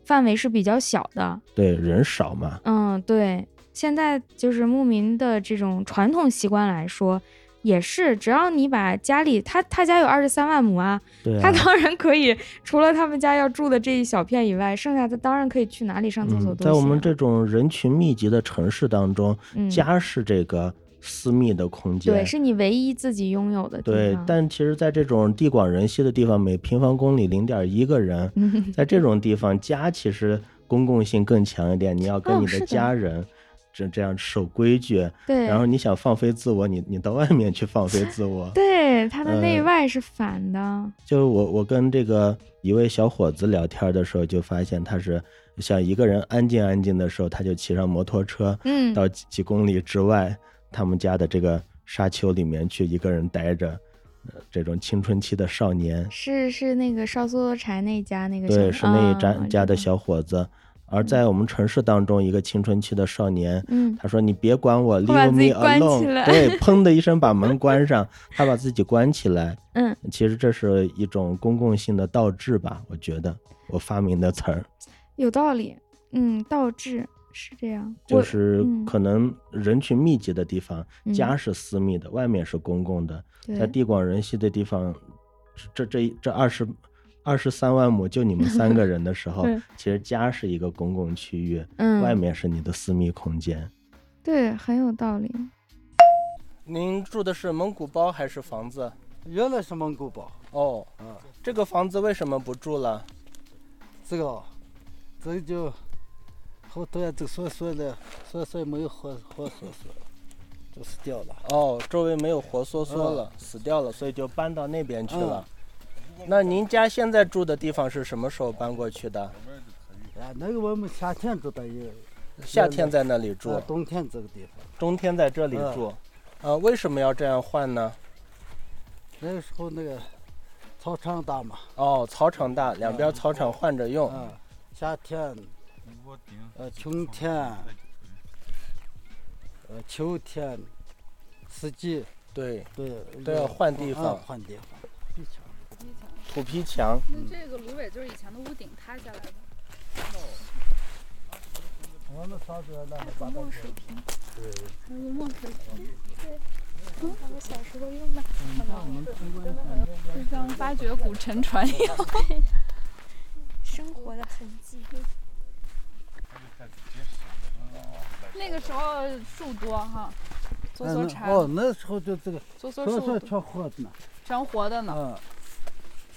Speaker 1: 范围是比较小的。
Speaker 2: 对，人少嘛，
Speaker 1: 嗯，对。现在就是牧民的这种传统习惯来说，也是只要你把家里他他家有二十三万亩啊，
Speaker 2: 对
Speaker 1: 他
Speaker 2: 啊，
Speaker 1: 当然可以除了他们家要住的这一小片以外，剩下的当然可以去哪里上厕所
Speaker 2: 嗯，
Speaker 1: 都行。
Speaker 2: 在我们这种人群密集的城市当中，
Speaker 1: 啊嗯
Speaker 2: 家是这个私密的空间，
Speaker 1: 对，是你唯一自己拥有的地
Speaker 2: 对
Speaker 1: 方。，
Speaker 2: 但其实，在这种地广人稀的地方，每平方公里零点一个人，
Speaker 1: 嗯
Speaker 2: 在这种地方，家其实公共性更强一点。你要跟
Speaker 1: 嗯
Speaker 2: 你
Speaker 1: 是
Speaker 2: 的
Speaker 1: 的
Speaker 2: 家人这这样守规矩，
Speaker 1: 对，
Speaker 2: 然后你想放飞自我，你你到外面去放飞自我。
Speaker 1: 对它的内
Speaker 2: 呃
Speaker 1: 外是反的。
Speaker 2: 就我我跟这个一位小伙子聊天的时候，就发现他是想一个人安静安静的时候，他就骑上摩托车
Speaker 1: 嗯，
Speaker 2: 到几几公里之外他们家的这个沙丘里面去一个人待着。呃这种青春期的少年，
Speaker 1: 是是那个烧梭梭柴那家那个小
Speaker 2: 对，是那
Speaker 1: 啊
Speaker 2: 一家
Speaker 1: 我知
Speaker 2: 家的
Speaker 1: 道
Speaker 2: 小伙子。而在我们城市当中，一个青春期的少年，
Speaker 1: 嗯，
Speaker 2: 他说：“你别管我
Speaker 1: 把
Speaker 2: ，leave
Speaker 1: 自己
Speaker 2: me
Speaker 1: 关起
Speaker 2: alone。”
Speaker 1: 来
Speaker 2: 对，砰的一声把门关上，他把自己关起来。
Speaker 1: 嗯，
Speaker 2: 其实这是一种公共性的倒置吧，我觉得我发明的词儿
Speaker 1: 有道理。嗯，倒置是这样，
Speaker 2: 就
Speaker 1: 我
Speaker 2: 是
Speaker 1: 嗯
Speaker 2: 可能人群密集的地方，
Speaker 1: 嗯
Speaker 2: 家是私密的，外面是公共的，在
Speaker 1: 对
Speaker 2: 地广人稀的地方，这这这二十二十三万亩就你们三个人的时候
Speaker 1: 对，
Speaker 2: 其实家是一个公共区域，
Speaker 1: 嗯
Speaker 2: 外面是你的私密空间。
Speaker 1: 对很有道理。
Speaker 2: 您住的是蒙古包还是房子？
Speaker 3: 原来是蒙古包，
Speaker 2: 哦，
Speaker 3: 嗯
Speaker 2: 这个房子为什么不住了？
Speaker 3: 这个啊，这个就后头也这说说的，说说没有活活说说，就死掉了。
Speaker 2: 哦，周围没有活缩缩了，死掉了，所以就搬到那边去了。那您家现在住的地方是什么时候搬过去的？
Speaker 3: 啊，那个我们夏天住的也有，
Speaker 2: 夏天在那里住，
Speaker 3: 啊冬天这个地方，
Speaker 2: 冬天在这里
Speaker 3: 嗯
Speaker 2: 住。呃，为什么要这样换呢？
Speaker 3: 那个时候那个操场大嘛，
Speaker 2: 哦，草场大，两边草场换着用。
Speaker 3: 啊，夏天，呃，春天，呃，秋天，四季
Speaker 2: 对，
Speaker 3: 对
Speaker 2: 都要换地
Speaker 3: 啊
Speaker 2: 方，
Speaker 3: 换地方。
Speaker 2: 土坯墙。
Speaker 4: 那这个芦苇就是以前的屋顶塌下来的。
Speaker 3: 我们啥时候那个把
Speaker 4: 墨水瓶，对，还有墨水瓶，对，我们小时候用的，就像挖掘古沉船一样。
Speaker 5: 生活的痕迹。
Speaker 4: 那个时候树多哈，梭梭柴，
Speaker 3: 哦，那时候就这个，
Speaker 4: 梭梭
Speaker 3: 说说
Speaker 4: 树
Speaker 3: 全活着呢，
Speaker 4: 全活的呢。
Speaker 3: 啊。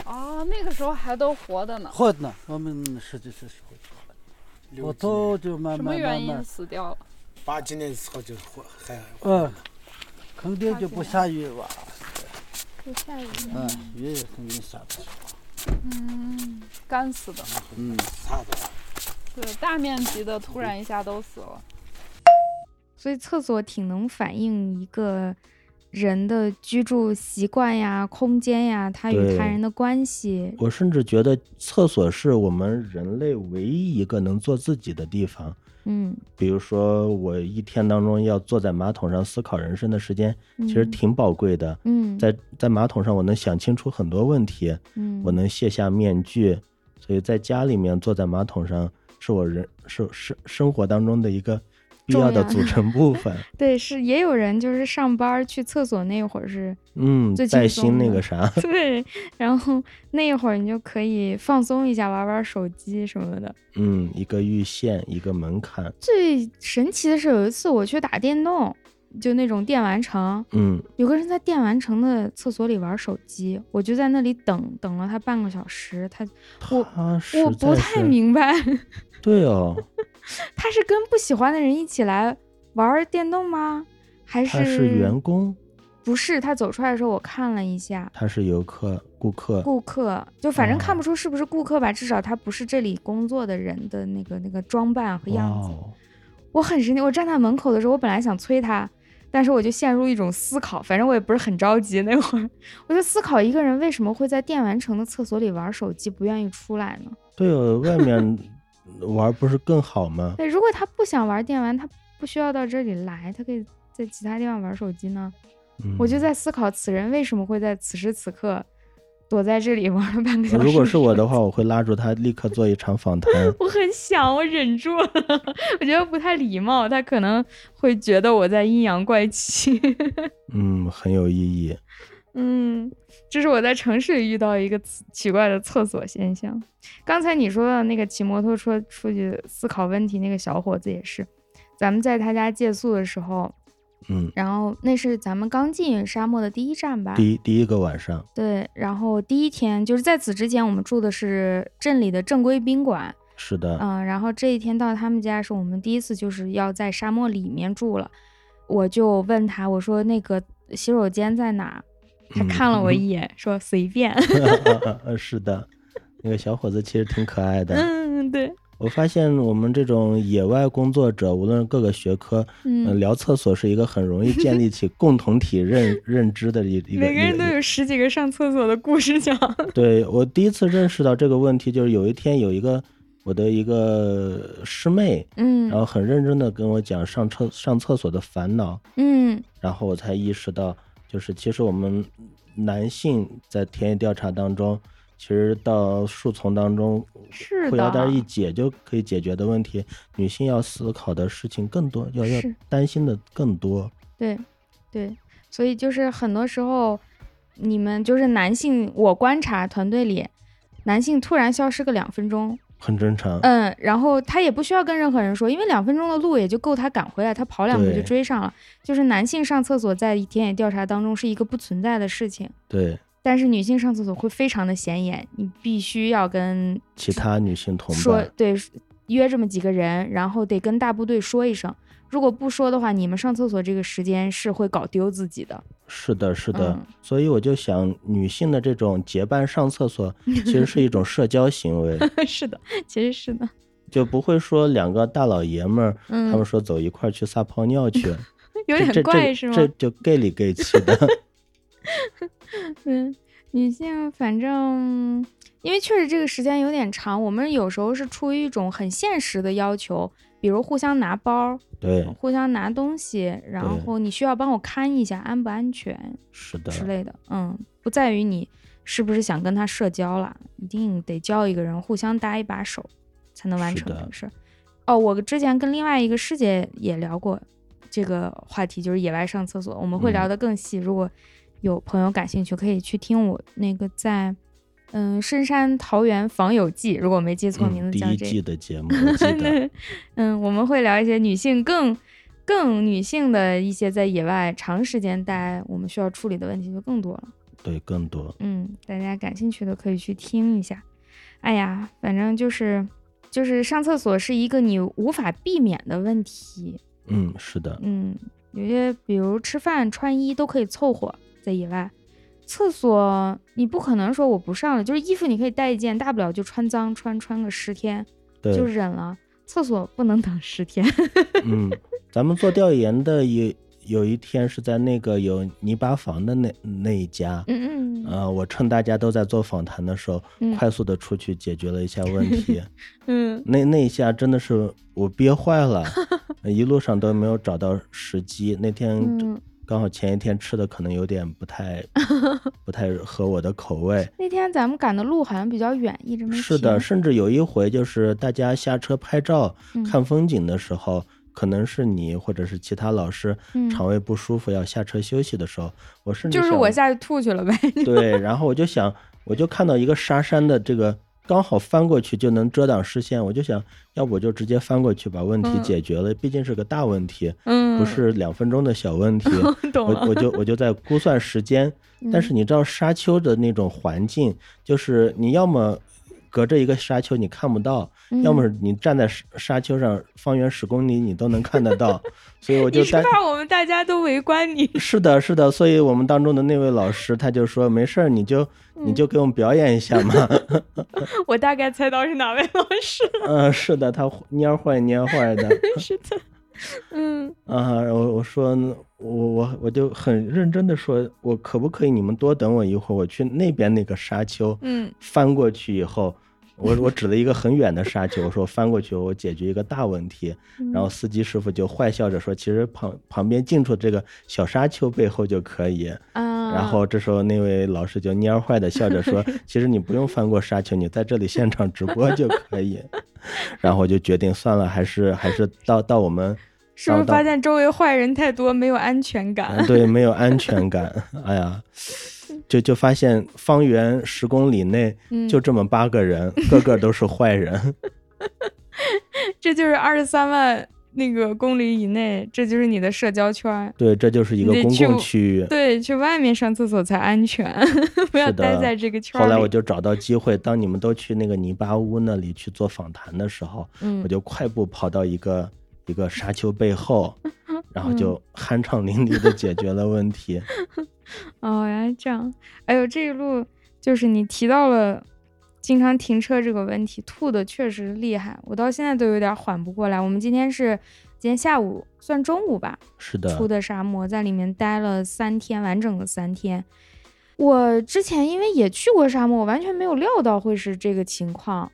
Speaker 4: 哦，那个时候还都活的呢。
Speaker 3: 活的呢，我们十几岁时候就活的，我早就慢
Speaker 4: 什么
Speaker 3: 慢慢
Speaker 4: 原因
Speaker 3: 慢，
Speaker 4: 死掉了？
Speaker 6: 八几年的时候就是活还
Speaker 3: 嗯，肯定就不下雨吧，
Speaker 5: 不下雨，
Speaker 3: 嗯，雨也肯定下的，
Speaker 4: 嗯，干死的。
Speaker 3: 嗯，
Speaker 6: 差不多。
Speaker 4: 对，大面积的突然一下都死了。
Speaker 1: 所以厕所挺能反映一个人的居住习惯呀、空间呀，他与
Speaker 2: 对
Speaker 1: 他人的关系。
Speaker 2: 我甚至觉得厕所是我们人类唯一一个能做自己的地方。
Speaker 1: 嗯，
Speaker 2: 比如说，我一天当中要坐在马桶上思考人生的时间，其实
Speaker 1: 嗯
Speaker 2: 挺宝贵的。
Speaker 1: 嗯，
Speaker 2: 在在马桶上，我能想清楚很多问题，
Speaker 1: 嗯
Speaker 2: 我能卸下面具，所以在家里面坐在马桶上，是我人是是生活当中的一个必要的
Speaker 1: 重要
Speaker 2: 组成部 分。
Speaker 1: 对是也有人就是上班儿去厕所那会儿是
Speaker 2: 嗯，
Speaker 1: 最
Speaker 2: 带
Speaker 1: 轻松
Speaker 2: 薪那
Speaker 1: 的
Speaker 2: 个啥，
Speaker 1: 对，然后那会儿你就可以放松一下，玩玩手机什么的。
Speaker 2: 嗯，一个阈限，一个门槛，
Speaker 1: 最神奇的是，有一次我去打电动，就那种电玩城，
Speaker 2: 嗯，
Speaker 1: 有个人在电玩城的厕所里玩手机，我就在那里等等了他半个小时，他我
Speaker 2: 他实
Speaker 1: 我不
Speaker 2: 在
Speaker 1: 太
Speaker 2: 是
Speaker 1: 明白，
Speaker 2: 对哦，
Speaker 1: 他是跟不喜欢的人一起来玩电动吗？还
Speaker 2: 他是员工，
Speaker 1: 不是？他走出来的时候，我看了一下，
Speaker 2: 他是游客、顾客，
Speaker 1: 顾客，就反正看
Speaker 2: 哦
Speaker 1: 不出是不是顾客吧，至少他不是这里工作的人的那个那个装扮和
Speaker 2: 哇
Speaker 1: 样子。
Speaker 2: 哦，
Speaker 1: 我很神奇，我站在门口的时候，我本来想催他，但是我就陷入一种思考，反正我也不是很着急那会儿， 我就思考一个人为什么会在电玩城的厕所里玩手机，不愿意出来呢？
Speaker 2: 对哦，外面玩不是更好吗？
Speaker 1: 哎对，如果他不想玩电玩，他不需要到这里来，他可以在其他地方玩手机呢？
Speaker 2: 嗯
Speaker 1: 我就在思考，此人为什么会在此时此刻躲在这里玩了半个小时？。
Speaker 2: 如果是我的话，，我会拉住他，立刻做一场访谈
Speaker 1: 我很想，我忍住了， 我觉得不太礼貌，他可能会觉得我在阴阳怪气。
Speaker 2: 嗯，很有意义。
Speaker 1: 嗯，这是我在城市里遇到一个奇奇怪的厕所现象。刚才你说的那个骑摩托车出去思考问题那个小伙子也是，咱们在他家借宿的时候，
Speaker 2: 嗯，
Speaker 1: 然后那是咱们刚进沙漠的第一站吧？
Speaker 2: 第一第一个晚上，
Speaker 1: 对，然后第一天就是在此之前，我们住的是镇里的正规宾馆，
Speaker 2: 是的，
Speaker 1: 嗯、然后这一天到他们家是我们第一次就是要在沙漠里面住了，我就问他，我说那个洗手间在哪？他
Speaker 2: 嗯
Speaker 1: 看了我一眼，说随 便。
Speaker 2: 是的，那个小伙子其实挺可爱 的。
Speaker 1: 嗯，对，
Speaker 2: 我发现我们这种野外工作者，无论各个学科，呃
Speaker 1: 嗯，
Speaker 2: 聊厕所是一个很容易建 立起共同体认认知的一一个。
Speaker 1: 每个人
Speaker 2: 一
Speaker 1: 都有十几个上厕所的故事 讲。
Speaker 2: 对我第一次认识到这个问题，就是有一天有一个我的一个师妹，然
Speaker 1: 嗯
Speaker 2: 后很认真的跟我讲上厕上厕所的烦恼，
Speaker 1: 嗯
Speaker 2: 然后我才意识到，就是其实我们男性在田野调查当中，其实到树丛当中
Speaker 1: 是
Speaker 2: 裤腰带
Speaker 1: 的
Speaker 2: 一解就可以解决的问题，女性要思考的事情更多，要要
Speaker 1: 是
Speaker 2: 担心的更多。
Speaker 1: 对对，所以就是很多时候，你们就是男性，我观察团队里，男性突然消失个两分钟，
Speaker 2: 很正常，
Speaker 1: 嗯，然后他也不需要跟任何人说，因为两分钟的路也就够他赶回来，他跑两步就
Speaker 2: 对
Speaker 1: 追上了。就是男性上厕所在田野调查当中是一个不存在的事情。
Speaker 2: 对
Speaker 1: 但是女性上厕所会非常的显眼，你必须要跟
Speaker 2: 其他女性同
Speaker 1: 说
Speaker 2: 伴，
Speaker 1: 对约这么几个人，然后得跟大部队说一声。如果不说的话，你们上厕所这个时间是会搞丢自己的。
Speaker 2: 是的，是的。
Speaker 1: 嗯
Speaker 2: 所以我就想，女性的这种结伴上 厕所，其实是一种社交行为，
Speaker 1: 是的，其实是的。
Speaker 2: 就不会说两个大老爷们儿，他
Speaker 1: 嗯
Speaker 2: 们，说走一块儿去撒泡尿去，
Speaker 1: 有
Speaker 2: 这
Speaker 1: 点
Speaker 2: 这
Speaker 1: 怪
Speaker 2: 这
Speaker 1: 是吗？
Speaker 2: 这就 gay 里 gay 气 的，
Speaker 1: 嗯，女性反正因为确实这个时间有点长，我们有时候是出于一种很现实的要求，比如互相拿包、
Speaker 2: 对，
Speaker 1: 互相拿东西，然
Speaker 2: 对
Speaker 1: 后你需要帮我看一下安不安全。
Speaker 2: 是的，
Speaker 1: 之类的，嗯，不在于你是不是想跟他社交啦，一定得交一个人，互相搭一把手，才能完
Speaker 2: 是
Speaker 1: 成
Speaker 2: 的
Speaker 1: 这个事儿。哦，我之前跟另外一个师姐也聊过这个话题，就是野外上厕所，我们会
Speaker 2: 嗯
Speaker 1: 聊得更细。如果有朋友感兴趣，可以去听我那个在嗯《深山桃源访友记》，如果我没记错名字
Speaker 2: 嗯，第
Speaker 1: 叫
Speaker 2: 一
Speaker 1: 这
Speaker 2: 季
Speaker 1: 个。
Speaker 2: 的节目我记得，
Speaker 1: 嗯，我们会聊一些女性更更女性的一些在野外长时间待，我们需要处理的问题就更多了。
Speaker 2: 对，更多，
Speaker 1: 嗯，大家感兴趣的可以去听一下。哎呀，反正就是就是上厕所是一个你无法避免的问题。
Speaker 2: 嗯，是的，
Speaker 1: 嗯，有些比如吃饭、穿衣都可以凑合，在野外，厕所你不可能说我不上了，就是衣服你可以带一件，大不了就穿脏穿穿个十天
Speaker 2: 对，
Speaker 1: 就忍了。厕所不能等十天。
Speaker 2: 嗯，咱们做调研的有有一天是在那个有泥巴房的那那一家。
Speaker 1: 嗯嗯
Speaker 2: 呃，我趁大家都在做访谈的时候，
Speaker 1: 嗯
Speaker 2: 快速的出去解决了一下问题。
Speaker 1: 嗯，
Speaker 2: 那那一下真的是我憋坏 了，一路上都没有找到时机。那天
Speaker 1: 嗯
Speaker 2: 刚好前一天吃的可能有点 不太不太合我的口味。
Speaker 1: 那天咱们赶的路好像比较远，一直没
Speaker 2: 是的，
Speaker 1: 停
Speaker 2: 甚至有一回就是大家下车拍照、
Speaker 1: 嗯
Speaker 2: 看风景的时候，可能是你或者是其他老师
Speaker 1: 嗯
Speaker 2: 肠胃不舒服要下车休息的时候，我甚至
Speaker 1: 就是我
Speaker 2: 想
Speaker 1: 下去吐去了呗。
Speaker 2: 对，然后我就想，我就看到一个沙山的这个刚好翻过去就能遮挡视线，我就想要不我就直接翻过去把问题
Speaker 1: 嗯
Speaker 2: 解决了，毕竟是个大问题，
Speaker 1: 嗯，
Speaker 2: 不是两分钟的小问题。
Speaker 1: 懂
Speaker 2: 我
Speaker 1: 了。嗯
Speaker 2: 我就我就在估算 时间，但是你知道沙丘的那种环境，就是你要么隔着一个沙丘你看不到，
Speaker 1: 嗯
Speaker 2: 要么你站在沙沙丘上方圆十公里你都能看得 到，所以我就
Speaker 1: 你是
Speaker 2: 担
Speaker 1: 怕我们大家都围观你？
Speaker 2: 是的，是的，所以我们当中的那位老师他就说没事儿，你就
Speaker 1: 嗯
Speaker 2: 你就给我们表演一下嘛。
Speaker 1: 我大概猜到是哪位老 师。
Speaker 2: 嗯，是的，他蔫坏蔫坏的。
Speaker 1: 是的，嗯
Speaker 2: 啊，我我说我我我就很认真的说，我可不可以你们多等我一会儿，我去那边那个沙丘
Speaker 1: 嗯
Speaker 2: 翻过去以后，我我指了一个很远的沙丘，我说翻过去我解决一个大问题。
Speaker 1: 嗯
Speaker 2: 然后司机师傅就坏笑着说，其实旁旁边近处这个小沙丘背后就可以。
Speaker 1: 啊，
Speaker 2: 然后这时候那位老师就蔫儿坏的笑 着说：“其实你不用翻过沙丘，你在这里现场直播就 可以。”然后我就决定算了，还是还是到到我们
Speaker 1: 是不是
Speaker 2: 到
Speaker 1: 发现周围坏人太多，没有安全感？
Speaker 2: 啊对没有安全感。哎 呀，就就发现方圆十公里内
Speaker 1: 嗯，
Speaker 2: 就这么八个人，个个都是 坏人。
Speaker 1: 这就是二十三万那个公里以内，这就是你的社交圈儿。
Speaker 2: 对，这就是一个
Speaker 1: 你得
Speaker 2: 公
Speaker 1: 去
Speaker 2: 共区域。
Speaker 1: 对，去外面上厕所才安全， 不要
Speaker 2: 是的
Speaker 1: 待在这个圈儿
Speaker 2: 后
Speaker 1: 里。
Speaker 2: 来我就找到机会，当你们都去那个泥巴屋那里去做访谈的时候，
Speaker 1: 嗯
Speaker 2: 我就快步跑到一个一个沙丘背 后，然后
Speaker 1: 嗯
Speaker 2: 就酣畅淋漓的解决了问题。
Speaker 1: 哦，原来这样。哎呦，这一路就是你提到了经常停车这个问题，吐的确实厉害，我到现在都有点缓不过来。我们今天是今天下午，算中午吧，
Speaker 2: 是的
Speaker 1: 出，的沙漠，在里面待了三天，完整的三天。我之前因为也去过沙漠，我完全没有料到会是这个情况。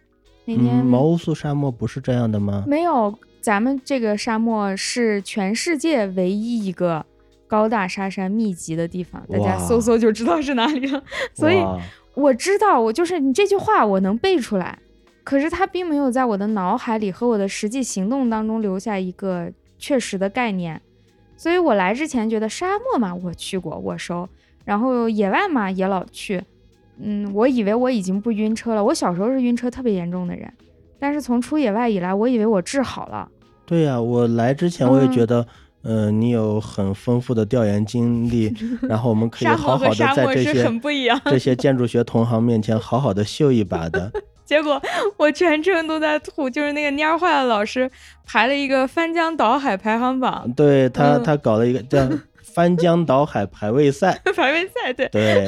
Speaker 1: 那天、
Speaker 2: 嗯，毛乌素沙漠不是这样的吗？
Speaker 1: 没有，咱们这个沙漠是全世界唯一一个高大沙山密集的地方，大家
Speaker 2: 哇
Speaker 1: 搜搜就知道是哪里了。 所以
Speaker 2: 哇
Speaker 1: 我知道，我就是你这句话我能背出来，可是它并没有在我的脑海里和我的实际行动当中留下一个确实的概念。所以我来之前觉得沙漠嘛，我去过，我熟，然后野外嘛也老去，嗯，我以为我已经不晕车了。我小时候是晕车特别严重的人，但是从出野外以来，我以为我治好了。
Speaker 2: 对呀、我来之前我也
Speaker 1: 嗯
Speaker 2: 觉得。嗯，你有很丰富的调研 经历，然后我们可以
Speaker 1: 沙漠
Speaker 2: 好好
Speaker 1: 和
Speaker 2: 的
Speaker 1: 沙
Speaker 2: 在
Speaker 1: 漠
Speaker 2: 这
Speaker 1: 是
Speaker 2: 些
Speaker 1: 很不一样。
Speaker 2: 这些建筑学同行面前好好的秀一 把的。
Speaker 1: 结果我全程都在吐，就是那个蔫儿坏的老师排了一个翻江倒海排行榜
Speaker 2: 对他，
Speaker 1: 嗯
Speaker 2: 他搞了一个 叫翻江倒海排位赛。
Speaker 1: 排位赛，对
Speaker 2: 对，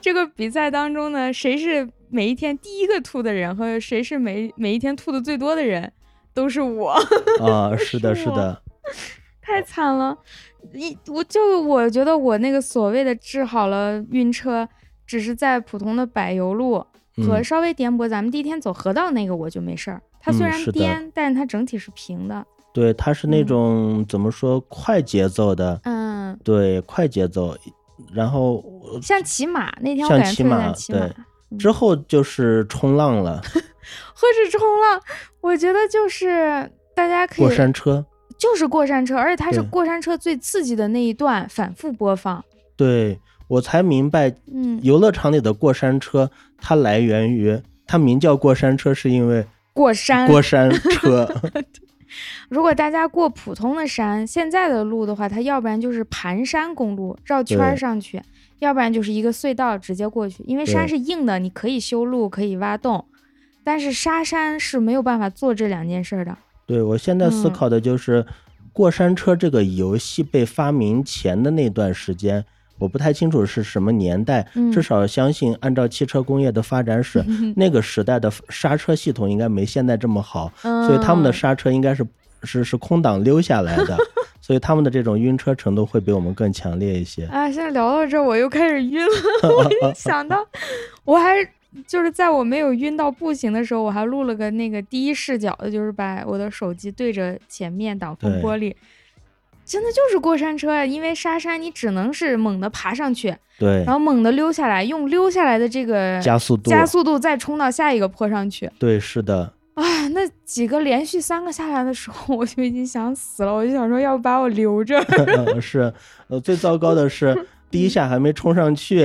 Speaker 1: 这个比赛当中呢，谁是每一天第一个吐的人和谁是每每一天吐的最多的人，都是我，
Speaker 2: 啊，是的，是
Speaker 1: 是我哦
Speaker 2: 的，
Speaker 1: 太惨了。一我就我觉得我那个所谓的治好了晕车，只是在普通的柏油路和
Speaker 2: 嗯
Speaker 1: 稍微颠簸，咱们第一天走河道那个我就没事儿。它虽
Speaker 2: 嗯
Speaker 1: 然
Speaker 2: 是的
Speaker 1: 颠，但是它整体是平的。
Speaker 2: 对，它是那
Speaker 1: 嗯
Speaker 2: 种怎么说快节奏的，
Speaker 1: 嗯，
Speaker 2: 对，快节奏。然后呃
Speaker 1: 像骑马那天我
Speaker 2: 像
Speaker 1: 感觉
Speaker 2: 骑
Speaker 1: 特别
Speaker 2: 马
Speaker 1: 像骑马
Speaker 2: 对，之后就是冲 浪了，
Speaker 1: 或是冲浪，我觉得就是大家可以
Speaker 2: 过山车，
Speaker 1: 就是过山车，而且它是
Speaker 2: 对
Speaker 1: 过山车最刺激的那一段反复播放。
Speaker 2: 对我才明白，
Speaker 1: 嗯，
Speaker 2: 游乐场里的过山车它来源于。它名叫过山车，是因为
Speaker 1: 过山。
Speaker 2: 过山车
Speaker 1: 如果大家过普通的山，现在的路的话，它要不然就是盘山公路绕圈儿
Speaker 2: 对
Speaker 1: 上去，要不然就是一个隧道直接过去。因为山
Speaker 2: 对
Speaker 1: 是硬的，你可以修路，可以挖洞，但是沙山是没有办法做这两件事儿的。
Speaker 2: 对我现在思
Speaker 1: 嗯
Speaker 2: 考的就是，过山车这个游戏被发明前的那段时间，我不太清楚是什么年代，
Speaker 1: 嗯
Speaker 2: 至少相信按照汽车工业的发展 史，那个时代的刹车系统应该没现在这么好，
Speaker 1: 嗯，
Speaker 2: 所以他们的刹车应该是是是空档溜下来 的，所以他们的这种晕车程度会比我们更强烈 一些。
Speaker 1: 啊，现在聊到这儿，我又开始晕了。我 一想到，我还就是在我没有晕到不行的时候，我还录了个那个第一视角的，就是把我的手机对着前面挡风
Speaker 2: 对
Speaker 1: 玻璃，真的就是过山车啊！因为沙山你只能是猛地爬上去，
Speaker 2: 对
Speaker 1: 然，后猛地溜下来，用溜下来的这个
Speaker 2: 加速度，
Speaker 1: 加速度再冲到下一个坡上去。
Speaker 2: 对，是的，
Speaker 1: 啊，那几个连续三个下来的时候，我就已经想死了，我就想说，要不把我留着。
Speaker 2: 是，呃，最糟糕的是第一下还没冲上 去，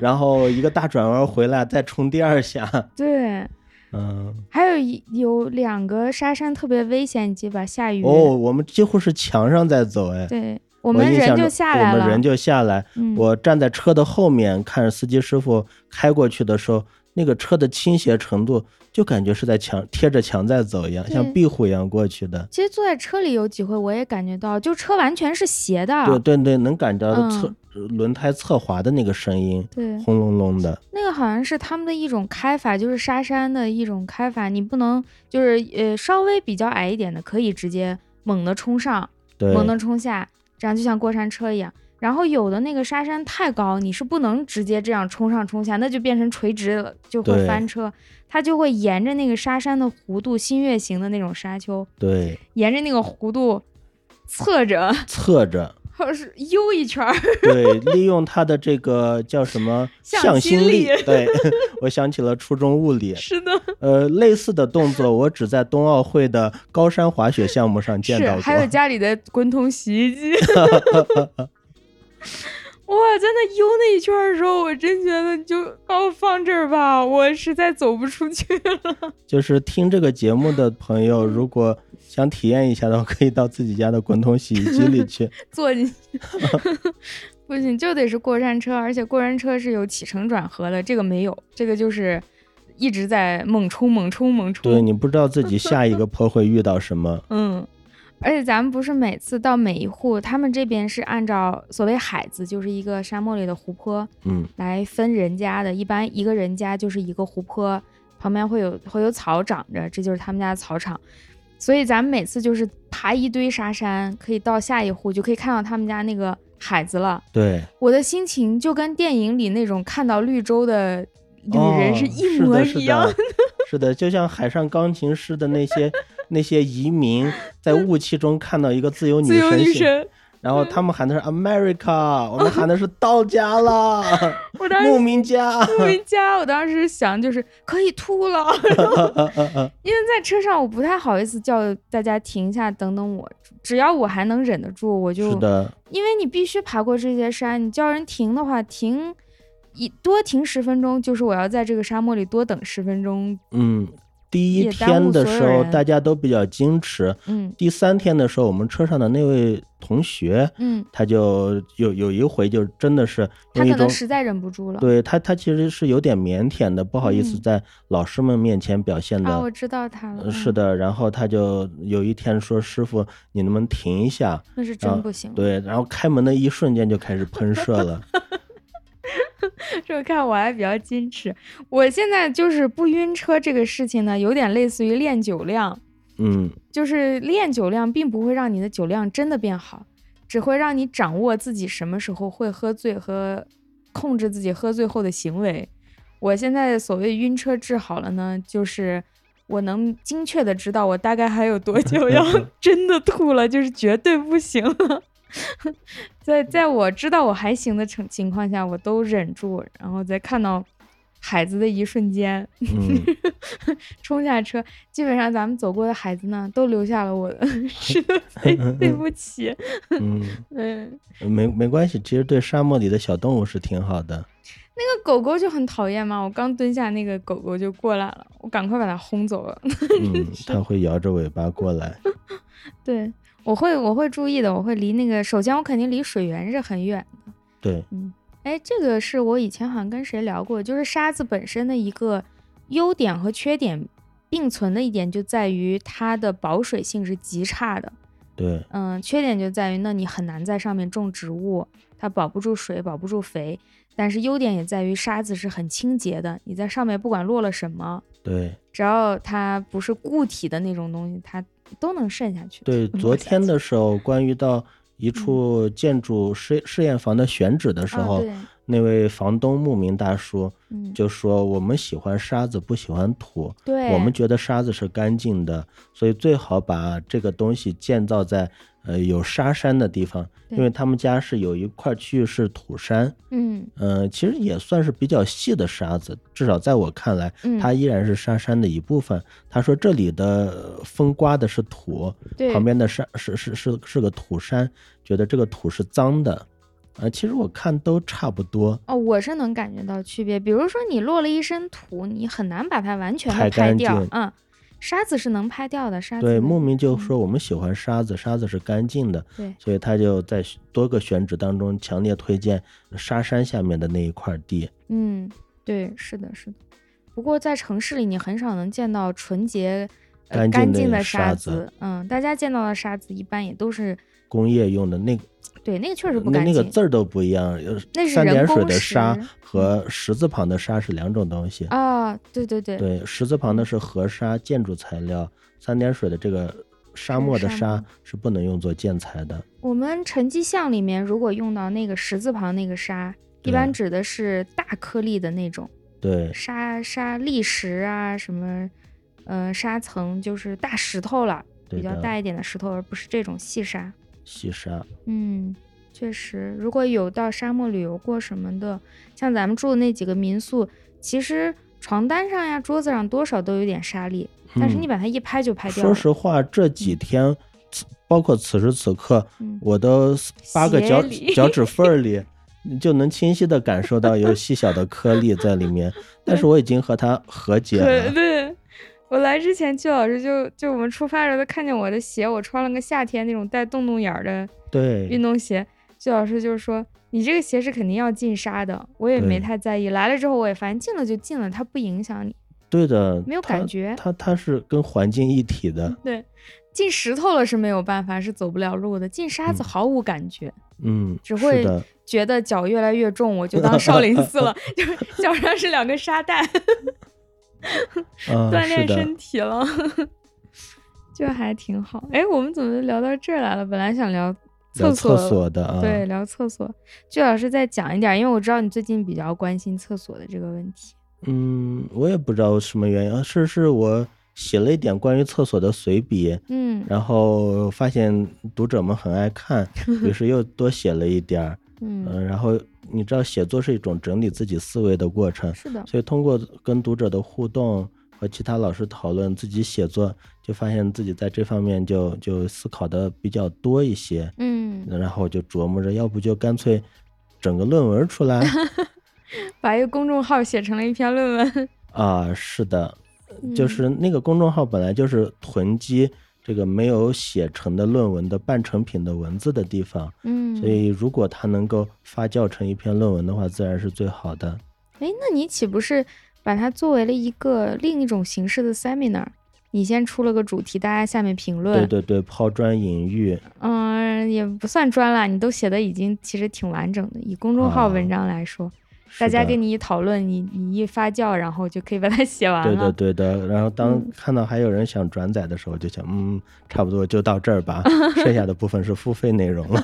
Speaker 2: 然后一个大转弯回来再冲第二下，
Speaker 1: 对。
Speaker 2: 嗯，
Speaker 1: 还有一有两个沙山特别危险，你记吧？下雨。
Speaker 2: 哦，我们几乎是墙上在走，哎，
Speaker 1: 嗯对，
Speaker 2: 我
Speaker 1: 我们
Speaker 2: 印
Speaker 1: 人
Speaker 2: 象
Speaker 1: 就
Speaker 2: 中
Speaker 1: 下来
Speaker 2: 我
Speaker 1: 了。
Speaker 2: 们人就下来，
Speaker 1: 嗯，
Speaker 2: 我站在车的后面看司机师傅开过去的时候，那个车的倾斜程度，就感觉是在墙贴着墙在走一样，像
Speaker 1: 对
Speaker 2: 壁虎一样过去的。
Speaker 1: 其实坐在车里有几回，我也感觉到，就车完全是斜的。
Speaker 2: 对对对，能感觉到
Speaker 1: 啊嗯
Speaker 2: 侧、轮胎侧滑的那个声音，
Speaker 1: 对
Speaker 2: 轰隆隆的。
Speaker 1: 那个好像是他们的一种开法，就是沙山的一种开法。你不能就是呃稍微比较矮一点的，可以直接猛地冲上，
Speaker 2: 对，
Speaker 1: 猛地冲下，这样就像过山车一样。然后有的那个沙山太高，你是不能直接这样冲上冲下，那就变成垂直了，就会
Speaker 2: 对
Speaker 1: 翻车。它就会沿着那个沙山的弧度，新月形的那种沙丘，
Speaker 2: 对，
Speaker 1: 沿着那个弧度侧着
Speaker 2: 侧着，
Speaker 1: 或是悠一圈儿，
Speaker 2: 对，利用它的这个叫什么
Speaker 1: 向
Speaker 2: 向
Speaker 1: 心
Speaker 2: 心
Speaker 1: 力
Speaker 2: 力，对 我想起了初中 物理，
Speaker 1: 是的，
Speaker 2: 呃，类似的动作我只在冬奥会的高山滑雪项目上见
Speaker 1: 是
Speaker 2: 到过，
Speaker 1: 还 有家里的滚筒洗衣机。 哇，在那悠那一圈儿的时候，我真觉得就把我放这儿吧，我实在走不出去了。
Speaker 2: 就是听这个节目的朋友，如果想体验一下的话，可以到自己家的滚筒洗衣机 里去。
Speaker 1: 坐进去，不行，就得是过山车，而且过山车是有起承转合的，这个没有，这个就是一直在猛冲、猛冲、猛
Speaker 2: 对
Speaker 1: 冲。
Speaker 2: 你不知道自己下一个坡会遇到什 么，
Speaker 1: 嗯，而且咱们不是每次到每一户，他们这边是按照所谓海子，就是一个沙漠里的湖泊
Speaker 2: 嗯，
Speaker 1: 来分人家的，一般一个人家就是一个湖泊，旁边会有会有草长着，这就是他们家的草场。所以咱们每次就是爬一堆沙山，可以到下一户就可以看到他们家那个海子了。
Speaker 2: 对，
Speaker 1: 我的心情就跟电影里那种看到绿洲的旅人
Speaker 2: 哦
Speaker 1: 是
Speaker 2: 是
Speaker 1: 一模
Speaker 2: 的
Speaker 1: 一样。
Speaker 2: 是的 是的，就像海上钢琴师的那些那些移民，在雾气中看到一个自由女
Speaker 1: 自由
Speaker 2: 神
Speaker 1: 女
Speaker 2: 形，
Speaker 1: 神，
Speaker 2: 然后他们喊的
Speaker 1: 嗯
Speaker 2: 是 America，我们喊的是到家了，
Speaker 1: 我当时
Speaker 2: 牧民家，
Speaker 1: 回家，我当时想就是可以吐了，然后因为在车上我不太好意思叫大家停下等等我，只要我还能忍得住，我
Speaker 2: 是
Speaker 1: 就
Speaker 2: 的，
Speaker 1: 因为你必须爬过这些山，你叫人停的话停。一多停十分钟，就是我要在这个沙漠里多等十分钟。
Speaker 2: 嗯。第一
Speaker 1: 也耽误
Speaker 2: 天的
Speaker 1: 所有
Speaker 2: 时候，
Speaker 1: 人
Speaker 2: 大家都比较矜持。
Speaker 1: 嗯
Speaker 2: 第三天的时候，我们车上的那位同学，
Speaker 1: 嗯，
Speaker 2: 他就有有一回，就真的是
Speaker 1: 他
Speaker 2: 用一
Speaker 1: 可
Speaker 2: 种
Speaker 1: 能实在忍不住了。
Speaker 2: 对他，他其实是有点腼腆的，不好意思
Speaker 1: 嗯
Speaker 2: 在老师们面前表现的。
Speaker 1: 啊，我知道他了。
Speaker 2: 呃是
Speaker 1: 嗯，
Speaker 2: 的，然后他就有一天说：“师傅，你能不能停一下
Speaker 1: 嗯那是？”
Speaker 2: 然
Speaker 1: 真
Speaker 2: 后
Speaker 1: 不行了。
Speaker 2: 对，然后开门的一瞬间就开始喷射了。
Speaker 1: 这看我还比较矜持。我现在就是不晕车这个事情呢，有点类似于练酒量，
Speaker 2: 嗯，
Speaker 1: 就是练酒量并不会让你的酒量真的变好，只会让你掌握自己什么时候会喝醉和控制自己喝醉后的行为。我现在所谓晕车治好了呢，就是我能精确的知道我大概还有多久要真的吐了，就是绝对不行了。 在在我知道我还行的情情况下，我都忍住，然后在看到海子的一瞬间，
Speaker 2: 嗯
Speaker 1: 冲下车，基本上咱们走过的孩子呢，都留下了我的 是的，对对不起，
Speaker 2: 嗯，
Speaker 1: 嗯，
Speaker 2: 没没关系，其实对沙漠里的小动物是挺 好的。
Speaker 1: 那个狗狗就很讨厌嘛，我刚蹲下，那个狗狗就过来了，我赶快把它轰走了。
Speaker 2: 嗯，它会摇着尾巴过来。
Speaker 1: 对，我会我会注意的，我会离那个，首先我肯定离水源是很远。
Speaker 2: 对，
Speaker 1: 哎，这个是我以前好像跟谁聊过，就是沙子本身的一个优点和缺点并存的一点，就在于它的保水性是极差的。
Speaker 2: 对，
Speaker 1: 嗯，缺点就在于那你很难在上面种植物，它保不住水，保不住肥。但是优点也在于沙子是很清洁的，你在上面不管落了什么，
Speaker 2: 对，
Speaker 1: 只要它不是固体的那种东西，它都能渗下去。
Speaker 2: 对。
Speaker 1: 嗯
Speaker 2: 昨天的时候，关于到一处建筑试试验房的选址的时
Speaker 1: 啊
Speaker 2: 候，
Speaker 1: 对
Speaker 2: 那位房东牧民大叔
Speaker 1: 嗯，
Speaker 2: 就说：“我们喜欢沙子，不喜欢土。
Speaker 1: 对，
Speaker 2: 我们觉得沙子是干净的，所以最好把这个东西建造在呃有沙山的地方，因
Speaker 1: 对
Speaker 2: 为他们家是有一块区域是土山，
Speaker 1: 嗯
Speaker 2: 呃，其实也算是比较细的沙子，至少在我看来，
Speaker 1: 嗯，
Speaker 2: 它依然是沙山的一部分。他说这里的呃风刮的是土，
Speaker 1: 对
Speaker 2: 旁边的山是是是是个土山，觉得这个土是脏的，呃，其实我看都差不多，
Speaker 1: 哦，我是能感觉到区别。比如说你落了一身土，你很难把它完全的
Speaker 2: 拍
Speaker 1: 拍
Speaker 2: 干
Speaker 1: 掉
Speaker 2: 净。
Speaker 1: 嗯，沙子是能拍掉的，沙子
Speaker 2: 对，
Speaker 1: 的
Speaker 2: 牧民就
Speaker 1: 嗯
Speaker 2: 说我们喜欢沙子，沙子是干净的，
Speaker 1: 对
Speaker 2: 所以他就在选多个选址当中强烈推荐沙山下面的那一块地。
Speaker 1: 嗯，对，是的，是的。不过在城市里，你很少能见到纯洁、呃、
Speaker 2: 干净
Speaker 1: 干
Speaker 2: 的
Speaker 1: 净的
Speaker 2: 沙
Speaker 1: 子。
Speaker 2: 子
Speaker 1: 嗯，大家见到的沙子一般也都是
Speaker 2: 工业用的那
Speaker 1: 对那个确实不
Speaker 2: 呃那
Speaker 1: 干
Speaker 2: 那
Speaker 1: 净。
Speaker 2: 个字儿都不一样，有
Speaker 1: 那是
Speaker 2: 三
Speaker 1: 人
Speaker 2: 点水
Speaker 1: 工
Speaker 2: 的沙
Speaker 1: 石嗯哦
Speaker 2: 和石字旁的沙是两种东西。
Speaker 1: 啊，对对对，
Speaker 2: 对，石字旁的是河沙建筑材料，三点水的这个沙漠的
Speaker 1: 沙
Speaker 2: 沙是不能用作建材的。
Speaker 1: 我们沉积像里面如果用到那个石字旁那个沙，一
Speaker 2: 对
Speaker 1: 般指的是大颗粒的那种
Speaker 2: 对，
Speaker 1: 沙沙砾石啊，什么呃沙层，就是大石头了，
Speaker 2: 对
Speaker 1: 比较
Speaker 2: 的
Speaker 1: 大一点的石头，而不是这种细沙。
Speaker 2: 细沙，
Speaker 1: 嗯，确实，如果有到沙漠旅游过什么的，像咱们住的那几个民宿，其实床单上呀、桌子上多少都有点沙粒，但是
Speaker 2: 嗯
Speaker 1: 你把它一拍就拍掉
Speaker 2: 说
Speaker 1: 了。
Speaker 2: 实话，这几天，此包括此时此刻，
Speaker 1: 嗯
Speaker 2: 我的四八个
Speaker 1: 鞋
Speaker 2: 脚
Speaker 1: 里
Speaker 2: 脚 趾缝儿里，你就能清晰的感受到有细小的颗粒在里 面。但是我已经和它和解
Speaker 1: 对
Speaker 2: 了。
Speaker 1: 对，我来之前，季老师就就我们出发的时候，他看见我的鞋，我穿了个夏天那种带洞洞眼儿的运
Speaker 2: 对，
Speaker 1: 动鞋，季老师就说。你这个鞋是肯定要进沙的，我也没
Speaker 2: 对
Speaker 1: 太在意。来了之后，我也反正进了就进了，它不影响你。
Speaker 2: 对的，
Speaker 1: 没有
Speaker 2: 它
Speaker 1: 感觉
Speaker 2: 它它是跟环境一体的。
Speaker 1: 对，进石头了是没有办法，是走不了路的。进沙子
Speaker 2: 嗯
Speaker 1: 毫无感觉，
Speaker 2: 嗯，
Speaker 1: 只
Speaker 2: 是
Speaker 1: 会
Speaker 2: 的，
Speaker 1: 觉得脚越来越重，我就当少林寺了， 就是脚上是两个沙袋，
Speaker 2: 啊，
Speaker 1: 锻
Speaker 2: 是
Speaker 1: 炼
Speaker 2: 的，
Speaker 1: 身体了， 就还挺好。哎，我们怎么聊到这儿来了？本来想聊
Speaker 2: 聊
Speaker 1: 厕所，
Speaker 2: 厕所的啊，
Speaker 1: 对，聊厕所。具老师再讲一点，因为我知道你最近比较关心厕所的这个问题。
Speaker 2: 嗯，我也不知道什么原因，啊是是我写了一点关于厕所的随笔，
Speaker 1: 嗯
Speaker 2: 然后发现读者们很爱看，于是又多写了一点儿。嗯、
Speaker 1: 嗯，
Speaker 2: 然后你知道，写作是一种整理自己思维的过程，
Speaker 1: 是的，
Speaker 2: 所以通过跟读者的互动和其他老师讨论，自己写作就发现自己在这方面就就思考的比较多一些。
Speaker 1: 嗯，
Speaker 2: 然后我就琢磨着，要不就干脆整个论文出 来
Speaker 1: 把一个公众号写成了一篇论文。
Speaker 2: 啊？是的，
Speaker 1: 嗯
Speaker 2: 就是那个公众号本来就是囤积这个没有写成的论文的半成品的文字的地方。
Speaker 1: 嗯，
Speaker 2: 所以如果它能够发酵成一篇论文的话，自然是最好的。
Speaker 1: 哎，那你岂不是把它作为了一个另一种形式的 seminar？你先出了个主题，大家下面评论，
Speaker 2: 对对对，抛砖引玉，
Speaker 1: 嗯、也不算专栏，你都写的已经其实挺完整的。以公众号文章来说，
Speaker 2: 啊是
Speaker 1: 大家
Speaker 2: 的
Speaker 1: 跟你一讨论，你你一发酵，然后就可以把它写完
Speaker 2: 对
Speaker 1: 了嗯
Speaker 2: 的。对的。然后当看到还有人想转载的时候，就想，嗯，差不多就到这 儿吧，剩下的部分是付费内容了。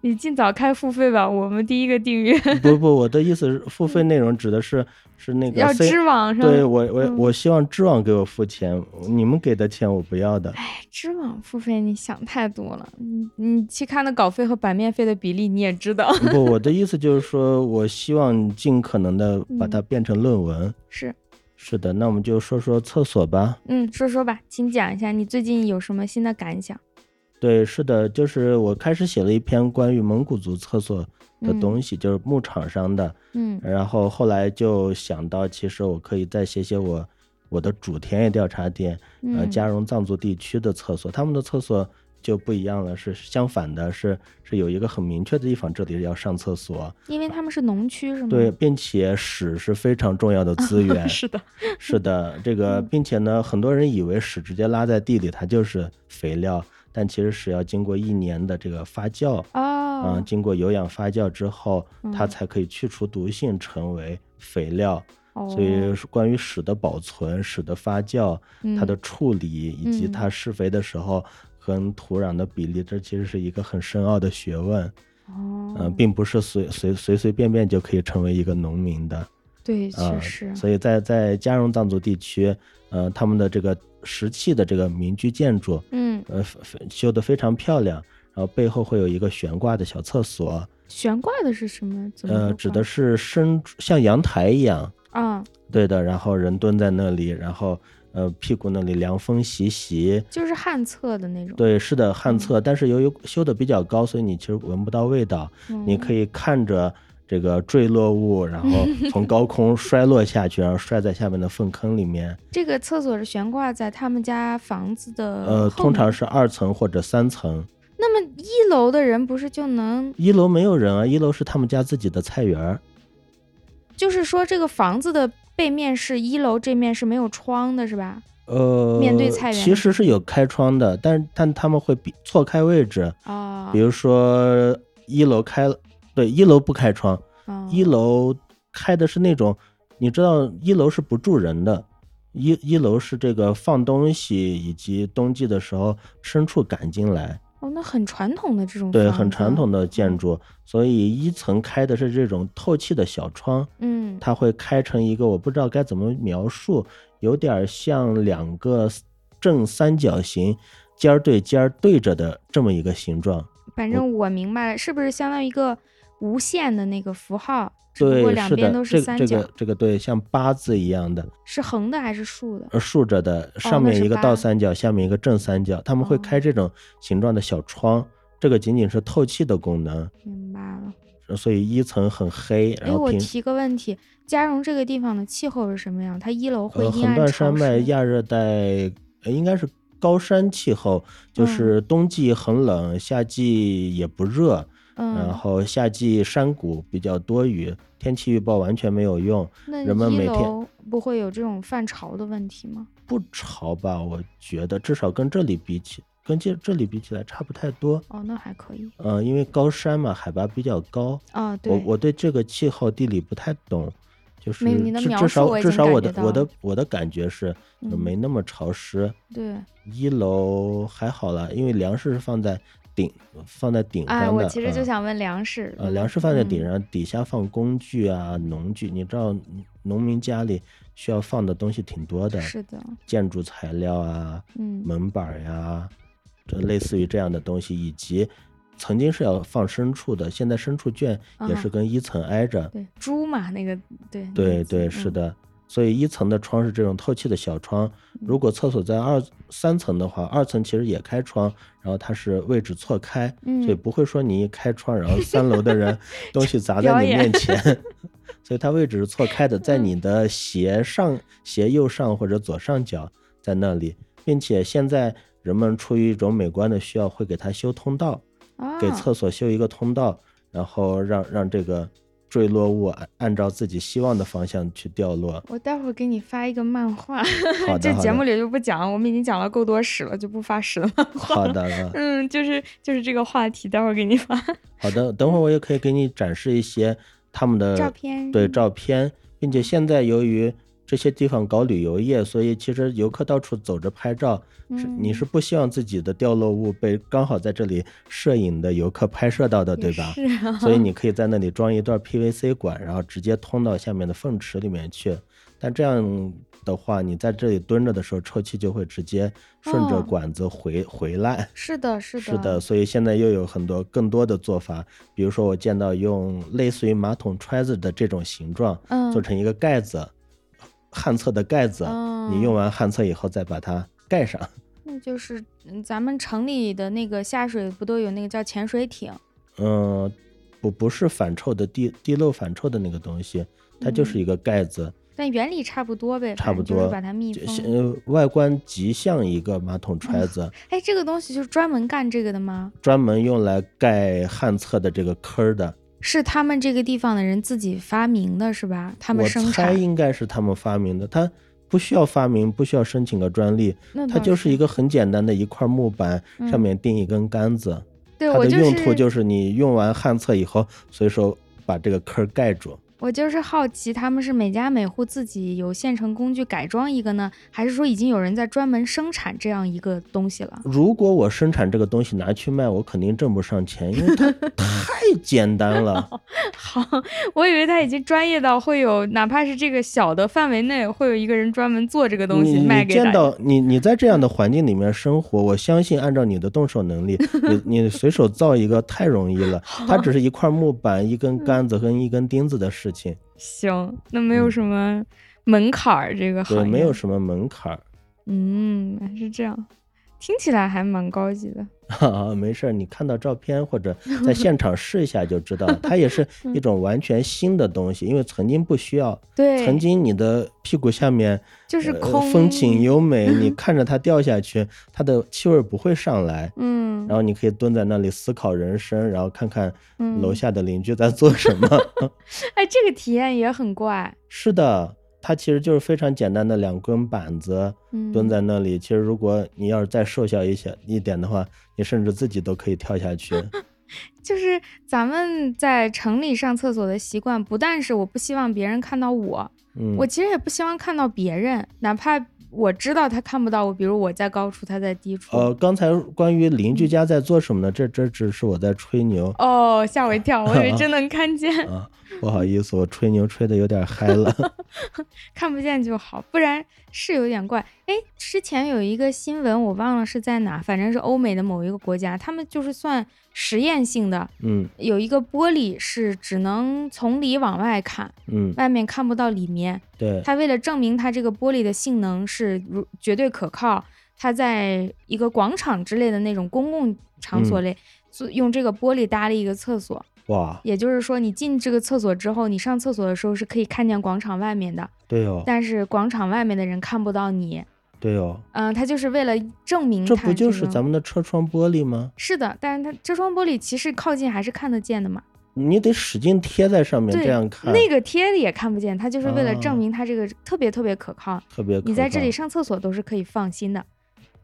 Speaker 1: 你尽早开付费吧，我们第一个订阅
Speaker 2: 不不，我的意思是，付费内容指的是是那
Speaker 1: 嗯要
Speaker 2: 个 C。
Speaker 1: 知网上嗯
Speaker 2: 对我我我希望知网给我付钱，你们给的钱我不要的。
Speaker 1: 哎知网付费，你想太多了。你你期刊的稿费和版面费的比例你也知 道，
Speaker 2: 不，我的 意思就是说，我希望尽可能的
Speaker 1: 嗯
Speaker 2: 把它变成论文。
Speaker 1: 是
Speaker 2: 是的，那我们就说说厕所吧。
Speaker 1: 嗯，说说吧，请讲一下你最近有什么新的感想？
Speaker 2: 对，是的，就是我开始写了一篇关于蒙古族厕所的东西，就是牧场上的。
Speaker 1: 嗯
Speaker 2: 然后后来就想到，其实我可以再写写我我的主田野调查点，呃，
Speaker 1: 嗯
Speaker 2: 加绒藏族地区的厕所，他们的厕所就不一样了，是相反的，是是有一个很明确的地方，这里要上厕所。
Speaker 1: 因为他们是农区，是吗？
Speaker 2: 对，，并且屎是非常重要的资源。
Speaker 1: 嗯 是嗯的，
Speaker 2: 是的，这个，并且呢，很多人以为屎直接拉在地里它就是肥料，但其实屎要经过一年的这个发酵，啊、
Speaker 1: 哦，
Speaker 2: 经过有氧发酵之后，它
Speaker 1: 嗯
Speaker 2: 才可以去除毒性，成为肥料。
Speaker 1: 哦
Speaker 2: 嗯所以是关于屎的保存、屎的发酵、它的处理以及
Speaker 1: 嗯
Speaker 2: 它施肥的时候跟土壤的比例，这其实是一个很深奥的学问。
Speaker 1: 哦
Speaker 2: 嗯、，并不是随随随随便便就可以成为一个农民的。
Speaker 1: 对，
Speaker 2: 啊
Speaker 1: 确，实，
Speaker 2: 所以在在加绒藏族地区，呃，他们的这个石砌的这个民居建筑，
Speaker 1: 嗯，
Speaker 2: 呃，非非修得非常漂亮，然后背后会有一个悬挂的小厕所，
Speaker 1: 悬挂的是什么？怎么啊
Speaker 2: 呃，
Speaker 1: 个
Speaker 2: 指
Speaker 1: 挂
Speaker 2: 的是伸出像阳台一样，
Speaker 1: 啊，
Speaker 2: 对的，然后人蹲在那里，然后呃屁股那里凉风习习。
Speaker 1: 就是旱厕的那种。
Speaker 2: 对，是的，
Speaker 1: 嗯
Speaker 2: 旱厕，但是由于修得比较高，所以你其实闻不到味道。
Speaker 1: 嗯，
Speaker 2: 你可以看着这个坠落物，然后从高空摔落下去，然后摔在下面的粪坑里面。
Speaker 1: 这个厕所是悬挂在他们家房子的
Speaker 2: 呃，
Speaker 1: 后
Speaker 2: 通
Speaker 1: 面
Speaker 2: 常是二层或者三层。
Speaker 1: 那么一楼的人不是就能，
Speaker 2: 一楼没有人啊，一楼是他们家自己的菜园儿。
Speaker 1: 就是说这个房子的背面是一楼，这面是没有窗的，是吧？
Speaker 2: 呃，
Speaker 1: 面对菜园
Speaker 2: 其实是有开窗的，但但他们会比错开位置，
Speaker 1: 啊，
Speaker 2: 比如说一楼开了，对，一楼不开窗，
Speaker 1: 啊
Speaker 2: 一楼开的是那种，你知道一楼是不住人的，一一楼是这个放东西，以及冬季的时候牲畜赶进来，
Speaker 1: 哦，那很传统的这种
Speaker 2: 对，
Speaker 1: 房
Speaker 2: 很
Speaker 1: 子
Speaker 2: 传统的建筑。所以一层开的是这种透气的小窗，
Speaker 1: 嗯
Speaker 2: 它会开成一个我不知道该怎么描述，有点像两个正三角形尖儿对尖儿对着的这么一个形状。
Speaker 1: 反正我明白了，是不是相当于一个无限的那个符号？只不过
Speaker 2: 对，
Speaker 1: 两
Speaker 2: 是
Speaker 1: 边
Speaker 2: 的，
Speaker 1: 都
Speaker 2: 这
Speaker 1: 三
Speaker 2: 个这
Speaker 1: 角，
Speaker 2: 个这个对，像八字一样的，
Speaker 1: 是横的还是竖的？
Speaker 2: 呃竖着的，
Speaker 1: 哦那
Speaker 2: 上面
Speaker 1: 是
Speaker 2: 一个
Speaker 1: 八
Speaker 2: 倒三角，下面一个正三角，他们会
Speaker 1: 哦
Speaker 2: 开这种形状的小窗。这个仅仅是透气的功能，
Speaker 1: 明白了。
Speaker 2: 呃所以一层很黑，
Speaker 1: 哎，
Speaker 2: 然后
Speaker 1: 我
Speaker 2: 平
Speaker 1: 提个问题，嘉荣这个地方的气候是什么样？它一楼会
Speaker 2: 呃，
Speaker 1: 阴
Speaker 2: 横
Speaker 1: 暗
Speaker 2: 断
Speaker 1: 潮
Speaker 2: 山脉
Speaker 1: 湿，
Speaker 2: 亚热带，呃，应该是高山气候，
Speaker 1: 嗯
Speaker 2: 就是冬季很冷，夏季也不热，然
Speaker 1: 嗯，
Speaker 2: 后夏季山谷比较多雨，天气预报完全没有用，
Speaker 1: 那
Speaker 2: 人们
Speaker 1: 一
Speaker 2: 每天
Speaker 1: 楼不会有这种泛潮的问题吗？
Speaker 2: 不潮吧？我觉得至少跟这里比起，跟这这里比起来差不太多。
Speaker 1: 哦，那还可以。
Speaker 2: 嗯、因为高山嘛，海拔比较高，
Speaker 1: 啊，
Speaker 2: 我
Speaker 1: 对，
Speaker 2: 我对这个气候地理不太懂，就是
Speaker 1: 没有你的
Speaker 2: 至
Speaker 1: 描
Speaker 2: 至
Speaker 1: 述我
Speaker 2: 少
Speaker 1: 已
Speaker 2: 至
Speaker 1: 经
Speaker 2: 少
Speaker 1: 感
Speaker 2: 我
Speaker 1: 觉
Speaker 2: 的我
Speaker 1: 到
Speaker 2: 的我的感觉是呃
Speaker 1: 嗯
Speaker 2: 没那么潮湿。
Speaker 1: 对，
Speaker 2: 一楼还好啦，因为粮食是放在顶放在顶
Speaker 1: 哎，
Speaker 2: 上的。
Speaker 1: 我其实就
Speaker 2: 嗯
Speaker 1: 想问粮食，
Speaker 2: 呃，粮食放在顶
Speaker 1: 嗯
Speaker 2: 上，底下放工具啊、农具。你知道，农民家里需要放的东西挺多的，
Speaker 1: 是的，
Speaker 2: 建筑材料啊、
Speaker 1: 嗯，
Speaker 2: 门板儿呀，这类似于这样的东西，以及曾经是要放牲畜的，现在牲畜圈也是
Speaker 1: 啊
Speaker 2: 跟一层挨着。
Speaker 1: 对，猪嘛，那个对，那
Speaker 2: 对
Speaker 1: 个字
Speaker 2: 对，是
Speaker 1: 嗯
Speaker 2: 的。所以一层的窗是这种透气的小窗，如果厕所在二三层的话，二层其实也开窗，然后它是位置错开，所以
Speaker 1: 嗯
Speaker 2: 不会说你一开窗，然后三楼 的人东西砸
Speaker 1: 表
Speaker 2: 在你
Speaker 1: 演嗯
Speaker 2: 面前，所以它位置是错开的，在你的斜上、斜右上或者左上角在那里，并且现在人们出于一种美观的需要，会给它修通道，
Speaker 1: 啊，。
Speaker 2: 给厕所修一个通道，然后让让这个坠落物按按照自己希望的方向去掉落
Speaker 1: 我待会儿给你发一个漫画，
Speaker 2: 好
Speaker 1: 这
Speaker 2: 的，好
Speaker 1: 节目
Speaker 2: 的，
Speaker 1: 里就不讲了，我们已经讲了够多屎了，就不发屎了。
Speaker 2: 好的，啊
Speaker 1: 嗯，就是就是这个话题，待会儿给你发
Speaker 2: 好的。等会儿我也可以给你展示一些他们的
Speaker 1: 照片。嗯
Speaker 2: 对照片，并且现在由于这些地方搞旅游业，所以其实游客到处走着拍照，是
Speaker 1: 嗯
Speaker 2: 你是不希望自己的掉落物被刚好在这里摄影的游客拍摄到的， 对吧？
Speaker 1: 是 啊，
Speaker 2: 所以你可以在那里装一段 PVC 管，然后直接通到下面的粪池里面去。但这样的话，你在这里蹲着的时候，臭气就会直接顺着
Speaker 1: 哦
Speaker 2: 管子回、回来。
Speaker 1: 是的，是的，
Speaker 2: 是的，所以现在又有很多更多的做法，比如说我见到用类似于马桶揣子的这种形状，
Speaker 1: 嗯，
Speaker 2: 做成一个盖子，旱厕的盖子，
Speaker 1: 嗯
Speaker 2: 你用完旱厕以后再把它盖上。
Speaker 1: 那就是嗯咱们城里的那个下水不都有那个叫潜水艇？
Speaker 2: 嗯，不不是反臭的地地漏反臭的那个东西，它就是
Speaker 1: 嗯
Speaker 2: 一个盖子，
Speaker 1: 但原理差不多呗，
Speaker 2: 差
Speaker 1: 反
Speaker 2: 不
Speaker 1: 正就是
Speaker 2: 多
Speaker 1: 把它密
Speaker 2: 就像
Speaker 1: 封。
Speaker 2: 呃外观极像一个马桶揣子，
Speaker 1: 哎，这个东西就是专门干这个的吗？
Speaker 2: 专门用来盖旱厕的这个坑儿的。
Speaker 1: 是他们这个地方的人自己发明的，是吧？他们
Speaker 2: 我
Speaker 1: 生
Speaker 2: 猜
Speaker 1: 产，
Speaker 2: 应该是他们发明的，它不需要发明，不需要申请个专利，
Speaker 1: 那
Speaker 2: 它
Speaker 1: 倒
Speaker 2: 就是一个很简单的一块木板，上
Speaker 1: 嗯
Speaker 2: 面钉一根杆子。
Speaker 1: 对
Speaker 2: 它
Speaker 1: 我
Speaker 2: 的
Speaker 1: 就
Speaker 2: 用途
Speaker 1: 是
Speaker 2: 就是你用完旱厕以后，随手把这个坑儿盖住。
Speaker 1: 我就是好奇，他们是每家每户自己有现成工具改装一个呢，还是说已经有人在专门生产这样一个东西了？
Speaker 2: 如果我生产这个东西拿去卖，我肯定挣不上钱，因为它 太简单了。
Speaker 1: 好，我以为他已经专业到会有，哪怕是这个小的范围内，会有一个人专门做这个东
Speaker 2: 你
Speaker 1: 西
Speaker 2: 你
Speaker 1: 卖给大家。
Speaker 2: 见到你你在这样的环境里面生活，我相信按照你的动手 能力，你你随手造一个太容易了，它只是一块木板、一根杆子跟一根钉子的事情，
Speaker 1: 行，那没有什么门槛儿，这个行
Speaker 2: 嗯对，
Speaker 1: 业
Speaker 2: 没有什么门槛儿。
Speaker 1: 嗯，是这样，听起来还蛮高级的。
Speaker 2: 哈哈，没事儿， 你看到照片或者在现场试一下就知道了，它 也是
Speaker 1: 嗯
Speaker 2: 一种完全新的东西，因为曾经不需要，
Speaker 1: 对，
Speaker 2: 曾经你的屁股下面
Speaker 1: 就是
Speaker 2: 呃
Speaker 1: 空、
Speaker 2: 风景优美， 你看着它掉下去，它的气味不会上来，
Speaker 1: 嗯，
Speaker 2: 然后你可以蹲在那里思考人生，然后看看
Speaker 1: 嗯
Speaker 2: 楼下的邻居在做什么。
Speaker 1: 哎，这个体验也很怪。
Speaker 2: 是的，它其实就是非常简单的两根板子
Speaker 1: 嗯，
Speaker 2: 蹲在那里。其实如果你要是再瘦小一些一点的话，你甚至自己都可以跳下 去。
Speaker 1: 就是咱们在城里上厕所的习惯，不但是我不希望别人看到我，
Speaker 2: 嗯，
Speaker 1: 我其实也不希望看到别人，哪怕我知道他看不到我，比如我在高处，他在低处。
Speaker 2: 呃，刚才关于邻居家在做什么呢？这这只是我在吹牛
Speaker 1: 哦，吓我一跳，我以为真能看见，
Speaker 2: 啊，不好意思，我吹牛吹的有点嗨了。
Speaker 1: 看不见就好，不然是有点怪。哎，之前有一个新闻，我忘了是在哪，反正是欧美的某一个国家，他们就是算实验性的，
Speaker 2: 嗯
Speaker 1: 有一个玻璃是只能从里往外看，
Speaker 2: 嗯，
Speaker 1: 外面看不到里面。
Speaker 2: 对，
Speaker 1: 它为了证明它这个玻璃的性能是如绝对可靠，它在一个广场之类的那种公共场
Speaker 2: 嗯
Speaker 1: 所内，做用这个玻璃搭了一个厕所。
Speaker 2: 哇，
Speaker 1: 也就是说，你进这个厕所之后，你上厕所的时候是可以看见广场外面的，
Speaker 2: 对哦，
Speaker 1: 但是广场外面的人看不到你。
Speaker 2: 对哦，
Speaker 1: 嗯、它就是为了证明
Speaker 2: 这
Speaker 1: 嗯它
Speaker 2: 不就是
Speaker 1: 个
Speaker 2: 咱们的车窗玻璃吗？
Speaker 1: 是的，但是它这双玻璃其实靠近还是看得见的嘛。
Speaker 2: 你得使劲贴在上面，
Speaker 1: 对
Speaker 2: 这样看
Speaker 1: 那个贴也看不见，它就是为了
Speaker 2: 啊
Speaker 1: 证明它这个特别特别可靠。
Speaker 2: 特别可
Speaker 1: 你在这
Speaker 2: 靠
Speaker 1: 里上厕所都是可以放心的，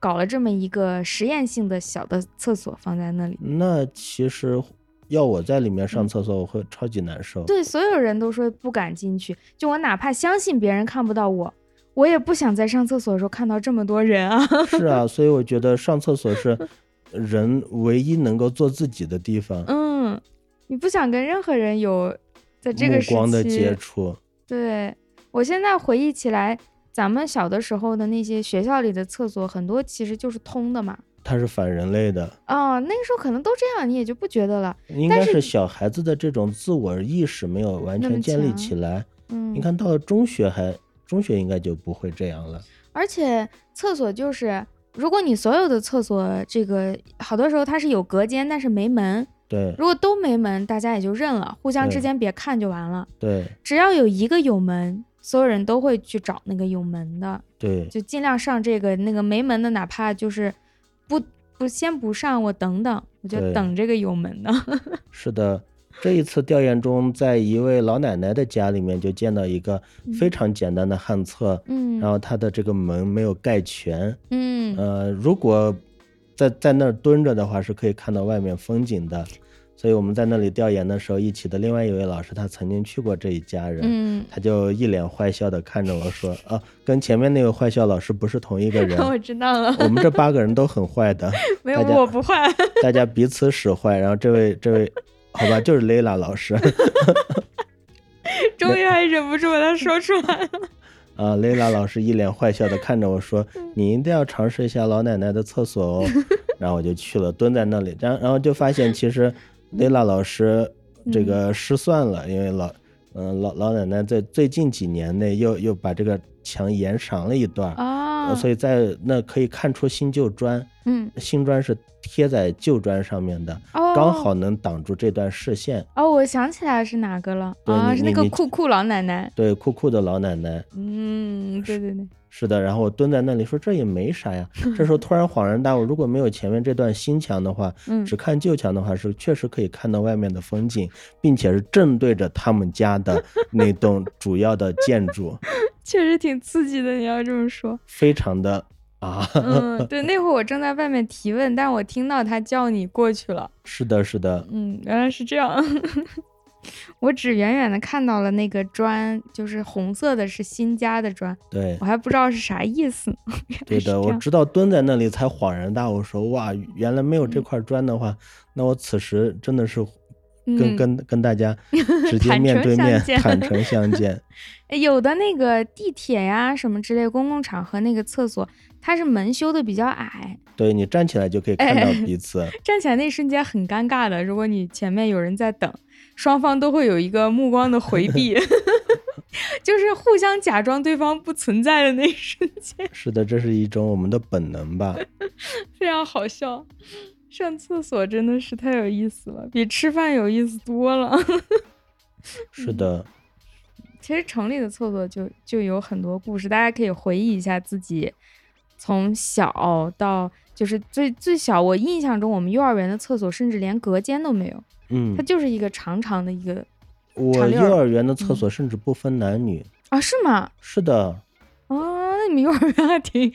Speaker 1: 搞了这么一个实验性的小的厕所放在那里。
Speaker 2: 那其实要我在里面上
Speaker 1: 嗯
Speaker 2: 厕所，我会超级难受。
Speaker 1: 对，所有人都说不敢进去，就我哪怕相信别人看不到我，我也不想在上厕所的时候看到这么多人啊。
Speaker 2: 是啊，所以我觉得上厕所是人唯一能够做自己的地方，
Speaker 1: 嗯，你不想跟任何人有在这个
Speaker 2: 目
Speaker 1: 时
Speaker 2: 光的接
Speaker 1: 期。
Speaker 2: 触。
Speaker 1: 对我现在回忆起来，咱们小的时候的那些学校里的厕所，很多其实就是通的嘛。
Speaker 2: 它是反人类的，
Speaker 1: 哦，那个时候可能都这样，你也就不觉得了。
Speaker 2: 应
Speaker 1: 但
Speaker 2: 该
Speaker 1: 是
Speaker 2: 是小孩子的这种自我意识没有完
Speaker 1: 那
Speaker 2: 全
Speaker 1: 么
Speaker 2: 建立
Speaker 1: 强
Speaker 2: 起来。
Speaker 1: 嗯，
Speaker 2: 你看到了中学还，中学应该就不会这样了。
Speaker 1: 而且厕所就是，如果你所有的厕所这个好多时候它是有隔间，但是没门。
Speaker 2: 对
Speaker 1: 如果都没门，大家也就认了，互相
Speaker 2: 对
Speaker 1: 之间别看就完了。
Speaker 2: 对
Speaker 1: 只要有一个有门，所有人都会去找那个有门的，
Speaker 2: 对，
Speaker 1: 就尽量上这个那个没门的，哪怕就是不不先不上，我等等，我就
Speaker 2: 对
Speaker 1: 等这个有门 的。
Speaker 2: 是的。这一次调研中，在一位老奶奶的家里面就见到一个非常简单的旱厕，
Speaker 1: 嗯
Speaker 2: 然后它的这个门没有盖全，
Speaker 1: 嗯，
Speaker 2: 呃，如果在在那儿蹲着的话，是可以看到外面风景的。所以我们在那里调研的时候，一起的另外一位老师，他曾经去过这一家人，
Speaker 1: 嗯，
Speaker 2: 他就一脸坏笑的看着我说：“啊，跟前面那位坏笑老师不是同一个人，
Speaker 1: 我知道了，
Speaker 2: 我们这八个人都很坏的，
Speaker 1: 没有
Speaker 2: 大家
Speaker 1: 我不换。
Speaker 2: 大家彼此使坏。”然后这位这位，好吧，就是蕾拉老师
Speaker 1: 终于还忍不住把它说出 来了。
Speaker 2: 啊，蕾拉老师一脸坏笑的看着我说：“
Speaker 1: 嗯
Speaker 2: 你一定要尝试一下老奶奶的厕 所哦。”然后我就去了，蹲在那里，然然后就发现其实蕾拉老师这
Speaker 1: 嗯
Speaker 2: 个失算了，因为老嗯、老老奶奶在最近几年内又又把这个墙延长了一段儿，
Speaker 1: 啊
Speaker 2: 呃所以在那可以看出新旧砖，
Speaker 1: 嗯，
Speaker 2: 新砖是贴在旧砖上面的，
Speaker 1: 哦，
Speaker 2: 刚好能挡住这段视线。
Speaker 1: 哦，我想起来是哪个了
Speaker 2: 对
Speaker 1: 啊？
Speaker 2: 你
Speaker 1: 是那
Speaker 2: 你
Speaker 1: 个
Speaker 2: 你
Speaker 1: 酷酷老奶奶。
Speaker 2: 对，酷酷的老奶奶。
Speaker 1: 嗯，对对对，
Speaker 2: 是的，然后我蹲在那里说这也没啥 呀。这时候突然恍然大悟，如果没有前面这段新墙的话，
Speaker 1: 嗯
Speaker 2: 只看旧墙的话是确实可以看到外面的风景，并且是正对着他们家 的那栋主要的建筑，
Speaker 1: 确实挺刺激的。你要这么说，
Speaker 2: 非常的啊，
Speaker 1: 嗯，对，那会儿我正在外面提问，但我听到他叫你过去了。
Speaker 2: 是的，是的，
Speaker 1: 嗯，原来是这样。 我只远远的看到了那个砖，就是红色的，是新加的砖，
Speaker 2: 对
Speaker 1: 我还不知道是啥意思呢。 原来哦
Speaker 2: 对
Speaker 1: 是
Speaker 2: 的，
Speaker 1: 这
Speaker 2: 我
Speaker 1: 样
Speaker 2: 直到蹲在那里才恍然大悟，说哇，原来没有
Speaker 1: 嗯
Speaker 2: 这块砖的话，那我此时真的是跟、
Speaker 1: 嗯
Speaker 2: 跟跟大家直 接
Speaker 1: 坦
Speaker 2: 面
Speaker 1: 诚
Speaker 2: 对
Speaker 1: 相
Speaker 2: 面
Speaker 1: 见
Speaker 2: 坦诚相见，
Speaker 1: 哎有的那个地铁呀什么之类公共场合那个厕所，它是门修的比较矮，
Speaker 2: 对你站起来就可以看到
Speaker 1: 哎
Speaker 2: 彼此。
Speaker 1: 站起来那瞬间很尴尬的。如果你前面有人在等，双方都会有一个目光的回避， 就是互相假装对方不存在的那一瞬间，
Speaker 2: 是的，这是一种我们的本能吧？
Speaker 1: 嗯非常好笑。上厕所真的是太有意思了，比吃饭有意思多了。
Speaker 2: 是的，
Speaker 1: 其实城里的厕所就就有很多故事，大家可以回忆一下自己从小到就是最最小，我印象中我们幼儿园的厕所甚至连隔间都没有，
Speaker 2: 嗯
Speaker 1: 它，就是一个长长的一个
Speaker 2: 我
Speaker 1: 长溜
Speaker 2: 幼
Speaker 1: 儿
Speaker 2: 儿园的
Speaker 1: 嗯
Speaker 2: 厕所甚至不分男女。
Speaker 1: 啊，是吗？
Speaker 2: 是的，
Speaker 1: 啊，那你们幼儿园还挺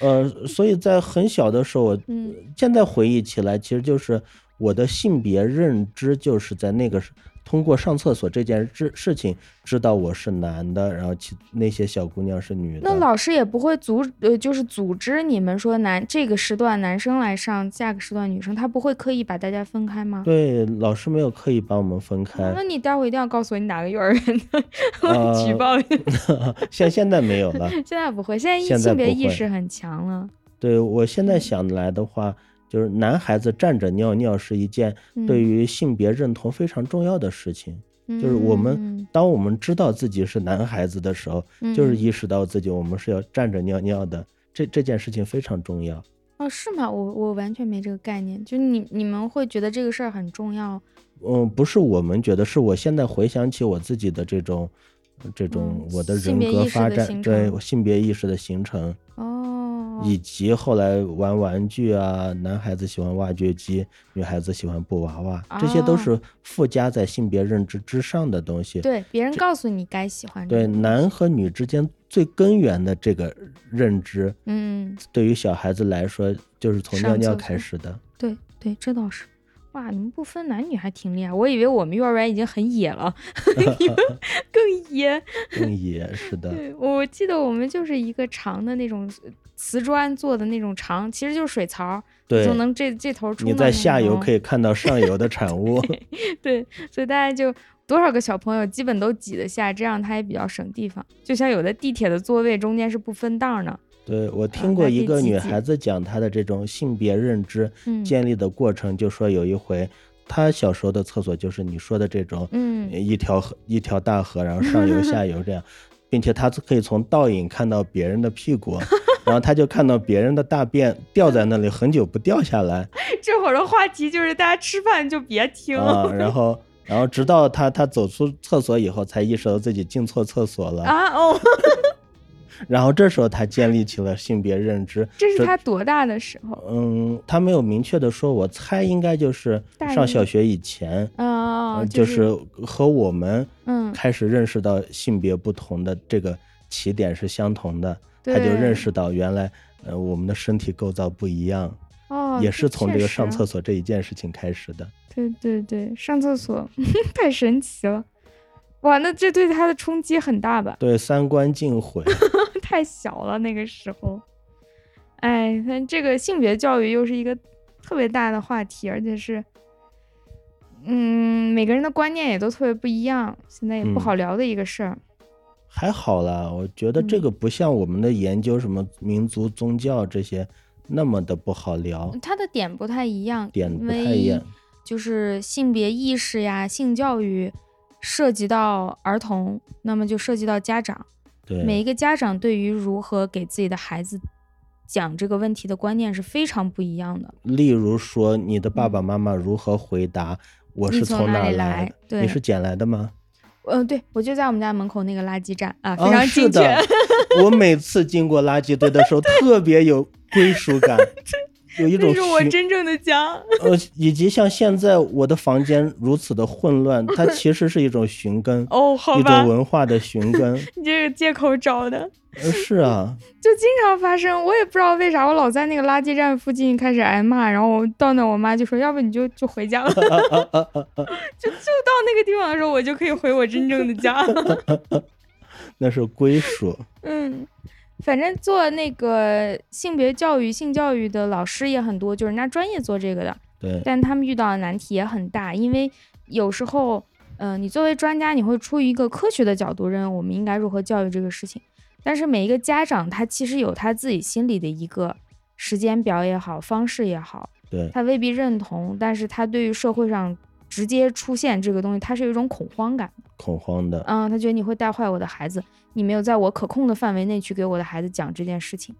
Speaker 2: 呃，所以在很小的时候，我
Speaker 1: 嗯
Speaker 2: 现在回忆起来，其实就是我的性别认知就是在那个时通过上厕所这件事事情知道我是男的，然后其那些小姑娘是女的。
Speaker 1: 那老师也不会组呃，就是组织你们说男这个时段男生来上，下个时段女生，他不会刻意把大家分开吗？
Speaker 2: 对，老师没有刻意把我们分开。
Speaker 1: 那你待会儿一定要告诉我你哪个幼儿园的，我
Speaker 2: 哎呃
Speaker 1: 举报你。
Speaker 2: 像 现在没有了。
Speaker 1: 现在不会，现在异
Speaker 2: 现在
Speaker 1: 性别
Speaker 2: 不
Speaker 1: 意
Speaker 2: 会
Speaker 1: 识很强了。
Speaker 2: 对我现
Speaker 1: 嗯
Speaker 2: 在想来的话，就是男孩子站着尿尿是一件
Speaker 1: 嗯
Speaker 2: 对于性别认同非常重要的事情。就是我们
Speaker 1: 嗯
Speaker 2: 当我们知道自己是男孩子的时候，就是意识到自己我们是要站着尿尿的，这这件事情非常重要。
Speaker 1: 哦，是吗？我我完全没这个概念。就你你们会觉得这个事儿很重要，
Speaker 2: 嗯，不是我们觉得，是我现在回想起我自己的这种。这种
Speaker 1: 嗯
Speaker 2: 我的
Speaker 1: 性
Speaker 2: 人
Speaker 1: 别
Speaker 2: 格
Speaker 1: 意识
Speaker 2: 发
Speaker 1: 的形
Speaker 2: 展，对
Speaker 1: 成
Speaker 2: 我性别意识的形成，
Speaker 1: 哦，
Speaker 2: 以及后来玩玩具啊，男孩子喜欢挖掘机，女孩子喜欢布娃娃，这些
Speaker 1: 啊
Speaker 2: 都是附加在性别认知之上的东西。
Speaker 1: 对别人告诉你该喜欢这个
Speaker 2: 对，
Speaker 1: 嗯东
Speaker 2: 男
Speaker 1: 西，
Speaker 2: 和女之间最根源的这个认知，
Speaker 1: 嗯，
Speaker 2: 对于小孩子来说，就是从
Speaker 1: 上
Speaker 2: 尿尿
Speaker 1: 厕所
Speaker 2: 开 始的。
Speaker 1: 对对，这倒是。哇，你们不分男女还挺厉害，我以为我们幼儿园已经很野 了，你们更野。
Speaker 2: 更野嗯是的，
Speaker 1: 对，我记得我们就是一个长的那种呃瓷砖做的那种长，其实就是水槽儿，你
Speaker 2: 对
Speaker 1: 就，能这这头冲
Speaker 2: 你
Speaker 1: 到
Speaker 2: 在
Speaker 1: 那
Speaker 2: 下游
Speaker 1: 头
Speaker 2: 可以看到上游的 产物。
Speaker 1: 对，所以大家就多少个小朋友基本都挤得下，这样他也比较省地方。就像有的地铁的座位中间是不分档的，
Speaker 2: 对我
Speaker 1: 啊
Speaker 2: 听过
Speaker 1: 那
Speaker 2: 一
Speaker 1: 得
Speaker 2: 个
Speaker 1: 积
Speaker 2: 女
Speaker 1: 极
Speaker 2: 孩子讲她的这种性别认知
Speaker 1: 嗯
Speaker 2: 建立的过程，就说有一回她小时候的厕所就是你说的这种，
Speaker 1: 嗯，
Speaker 2: 一条河一条大 河，然后上游下游这样，并且他可以从倒影看到别人的屁股，然后他就看到别人的大便掉在那里很久不掉下来
Speaker 1: 这会儿的话题就是大家吃饭就别听
Speaker 2: 啊、然后然后直到他他走出厕所以后，才意识到自己进错厕所了，
Speaker 1: 啊哦，
Speaker 2: 然后这时候他建立起了性别认知，
Speaker 1: 这是他多大的时候？
Speaker 2: 嗯，他没有明确的说，我猜应该就是
Speaker 1: 大
Speaker 2: 上
Speaker 1: 一
Speaker 2: 小学以前。
Speaker 1: 啊、
Speaker 2: 呃
Speaker 1: 就
Speaker 2: 就是和我们
Speaker 1: 嗯
Speaker 2: 开始认识到性别不同的这个起点是相同的，他就
Speaker 1: 对
Speaker 2: 认识到原来呃我们的身体构造不一样，
Speaker 1: 哦，
Speaker 2: 也是从这个上
Speaker 1: 所。
Speaker 2: 厕所这一件事情开始的。
Speaker 1: 对对对，上厕 所太神奇了，哇，那这对他的冲击很大吧？
Speaker 2: 对，三观尽毁，
Speaker 1: 太小了那个时候。哎，但这个性别教育又是一个特别大的话题，而且是，嗯，每个人的观念也都特别不一样，现在也不
Speaker 2: 嗯
Speaker 1: 好聊的一个事儿。
Speaker 2: 还好啦，我觉得这
Speaker 1: 嗯
Speaker 2: 个不像我们的研究什么民族宗教这些那么的不好聊，
Speaker 1: 它的点不太一样，
Speaker 2: 点
Speaker 1: 因
Speaker 2: 不太一
Speaker 1: 为
Speaker 2: 样。
Speaker 1: 就是性别意识呀、性教育涉及到儿童，那么就涉及到家长。每一
Speaker 2: 对，
Speaker 1: 个家长对于如何给自己的孩子讲这个问题的观念是非常不一样的。
Speaker 2: 例如说你的爸爸妈妈如何回答我
Speaker 1: 嗯你
Speaker 2: 是
Speaker 1: 从
Speaker 2: 从
Speaker 1: 哪
Speaker 2: 哪儿
Speaker 1: 里来
Speaker 2: 来的？
Speaker 1: 对
Speaker 2: 你是捡来的吗？
Speaker 1: 嗯、对，我就在我们家门口那个垃圾站啊，非
Speaker 2: 啊，
Speaker 1: 常
Speaker 2: 是
Speaker 1: 精确。
Speaker 2: 的 我每次经过垃圾堆的时候，特别有归 属感，有一
Speaker 1: 这
Speaker 2: 种
Speaker 1: 是我
Speaker 2: 寻
Speaker 1: 真正的家。，
Speaker 2: 呃，以及像现在我的房间如此的混乱，它其实是一种寻根
Speaker 1: 哦，好
Speaker 2: 一
Speaker 1: 吧
Speaker 2: 种，文化的寻根。
Speaker 1: 你这个借口找的，
Speaker 2: 呃是啊，
Speaker 1: 就经常发生。我也不知道为啥，我老在那个垃圾站附近开始挨骂，然后我到那，我妈就说，要不你就就回 家吧。就就到那个地方的时候，我就可以回我真正的家了。
Speaker 2: 那是归属。
Speaker 1: 嗯，反正做那个性别教育、性教育的老师也很多，就是人家专业做这个的，
Speaker 2: 对，
Speaker 1: 但他们遇到的难题也很大，因为有时候，呃，你作为专家，你会出于一个科学的角度，认为我们应该如何教育这个事情，但是每一个家长他其实有他自己心里的一个时间表也好，方式也好，
Speaker 2: 对，
Speaker 1: 他未必认同，但是他对于社会上。直接出现这个东西，他是有一种恐慌感。
Speaker 2: 恐慌的，
Speaker 1: 嗯，他觉得你会带坏我的孩子，你没有在我可控的范围内去给我的孩子讲这件事情，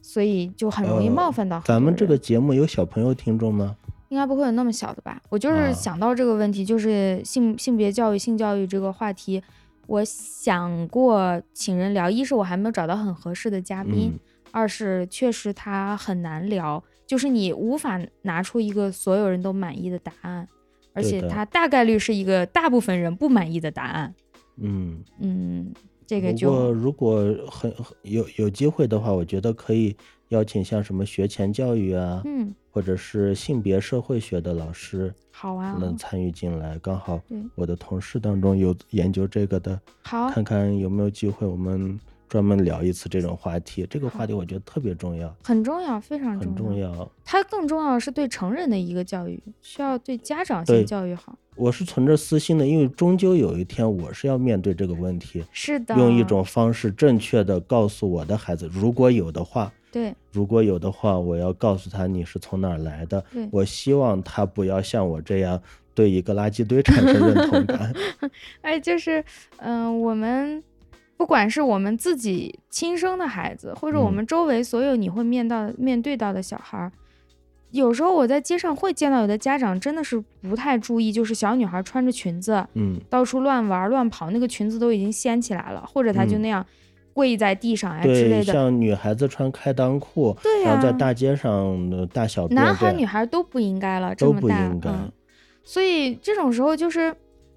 Speaker 1: 所以就很容易
Speaker 2: 呃
Speaker 1: 冒犯到、
Speaker 2: 咱们这个节目有小朋友听众吗？
Speaker 1: 应该不会有那么小的吧？我就是
Speaker 2: 啊
Speaker 1: 想到这个问题，就是性性别教育、性教育这个话题，我想过请人聊，一是我还没有找到很合适的嘉宾，
Speaker 2: 嗯
Speaker 1: 二是确实它很难聊，就是你无法拿出一个所有人都满意的答案，而
Speaker 2: 对
Speaker 1: 且
Speaker 2: 的
Speaker 1: 它大概率是一个大部分人不满意的答案。
Speaker 2: 嗯，
Speaker 1: 嗯，这个
Speaker 2: 不
Speaker 1: 就
Speaker 2: 过如果很很有有机会的话，我觉得可以邀请像什么学前教育啊，
Speaker 1: 嗯，
Speaker 2: 或者是性别社会学的老师
Speaker 1: 好啊，
Speaker 2: 能参与进来。刚好
Speaker 1: 对
Speaker 2: 我的同事当中有研究这个的，
Speaker 1: 好，
Speaker 2: 看看有没有机会我们专门聊一次这种话题。这个话题我觉得特别重要，
Speaker 1: 很重要，非常
Speaker 2: 很重
Speaker 1: 要。
Speaker 2: 要。
Speaker 1: 它更重要是对成人的一个教育，需要对家长
Speaker 2: 对
Speaker 1: 先教育好。
Speaker 2: 我是存着私心的，因为终究有一天我是要面对这个问题，
Speaker 1: 是的，
Speaker 2: 用一种方式正确的告诉我的孩子，如果有的话，
Speaker 1: 对
Speaker 2: 如果有的话，我要告诉他你是从哪儿来的
Speaker 1: 对。
Speaker 2: 我希望他不要像我这样对一个垃圾堆产生认 同感。
Speaker 1: 哎，就是，嗯、我们不管是我们自己亲生的孩子，或者我
Speaker 2: 嗯
Speaker 1: 们周围所有你会面到、面对到的小孩儿，有时候我在街上会见到有的家长真的是不太注意，就是小女孩穿着裙子
Speaker 2: 嗯，
Speaker 1: 到处乱玩儿乱跑，那个裙子都已经掀起来了，或者她就
Speaker 2: 嗯
Speaker 1: 那样跪在地上呀、哎之
Speaker 2: 对，
Speaker 1: 类的。
Speaker 2: 像女孩子穿开裆裤，
Speaker 1: 对
Speaker 2: 然后在
Speaker 1: 呀
Speaker 2: 大街上呃大小便，
Speaker 1: 男孩
Speaker 2: 对
Speaker 1: 女孩都不应该了，这
Speaker 2: 都
Speaker 1: 么
Speaker 2: 不
Speaker 1: 大，
Speaker 2: 应该。
Speaker 1: 嗯。所以这种时候就是，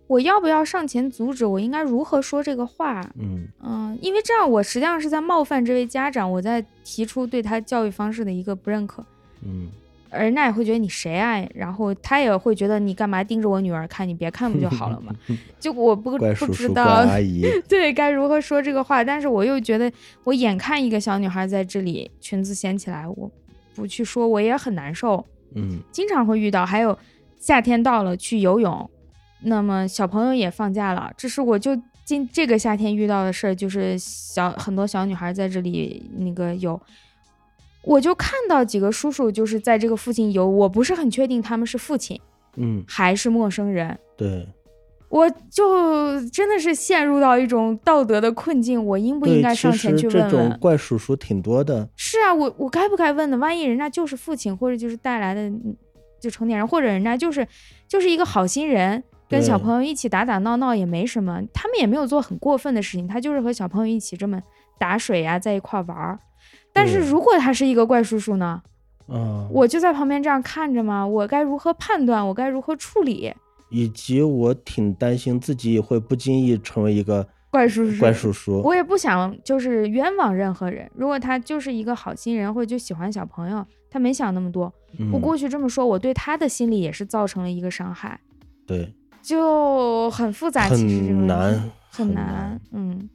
Speaker 1: 我要不要上前阻止？我应该如何说这个话？
Speaker 2: 嗯，
Speaker 1: 嗯，因为这样我实际上是在冒犯这位家长，我在提出对他教育方式的一个不认可，
Speaker 2: 嗯，
Speaker 1: 而人家也会觉得你谁啊？然后他也会觉得你干嘛盯着我女儿看？你别看不就好了 嘛？就我不
Speaker 2: 怪
Speaker 1: 不
Speaker 2: 叔
Speaker 1: 知
Speaker 2: 叔，怪
Speaker 1: 道
Speaker 2: 阿姨，
Speaker 1: 对该如何说这个话，但是我又觉得我眼看一个小女孩在这里裙子掀起来，我不去说我也很难受。
Speaker 2: 嗯，
Speaker 1: 经常会遇到。还有夏天到了去游泳，那么小朋友也放假了，这是我就今这个夏天遇到的事儿，就是小很多小女孩在这里那个游。我就看到几个叔叔就是在这个附近游，我不是很确定他们是父亲
Speaker 2: 嗯，
Speaker 1: 还是陌生人，
Speaker 2: 对，
Speaker 1: 我就真的是陷入到一种道德的困境，我应不应
Speaker 2: 对，
Speaker 1: 该
Speaker 2: 其
Speaker 1: 上前
Speaker 2: 实
Speaker 1: 去
Speaker 2: 这
Speaker 1: 问
Speaker 2: 种
Speaker 1: 问？
Speaker 2: 怪叔叔挺多的，
Speaker 1: 是啊，我我该不该问呢？万一人家就是父亲，或者就是带来的嗯就成年人，或者人家就是就是一个好心人，跟
Speaker 2: 对
Speaker 1: 小朋友一起打打闹闹也没什么，他们也没有做很过分的事情，他就是和小朋友一起这么打水呀、在一块玩儿。但是
Speaker 2: 对
Speaker 1: 如果他是一个怪叔叔呢？
Speaker 2: 啊，
Speaker 1: 我就在旁边这样看着嘛，我该如何判断？我该如何处理
Speaker 2: 以及我挺担心自己也会不经意成为一个
Speaker 1: 怪叔叔？
Speaker 2: 怪叔叔，
Speaker 1: 我也不想就是冤枉任何人。如果他就是一个好心人，或者就喜欢小朋友，他没想那么多，
Speaker 2: 嗯
Speaker 1: 我过去这么说，我对他的心理也是造成了一个伤害，
Speaker 2: 对，
Speaker 1: 就很复杂。其实这个问题
Speaker 2: 很难，
Speaker 1: 很
Speaker 2: 很
Speaker 1: 难，嗯，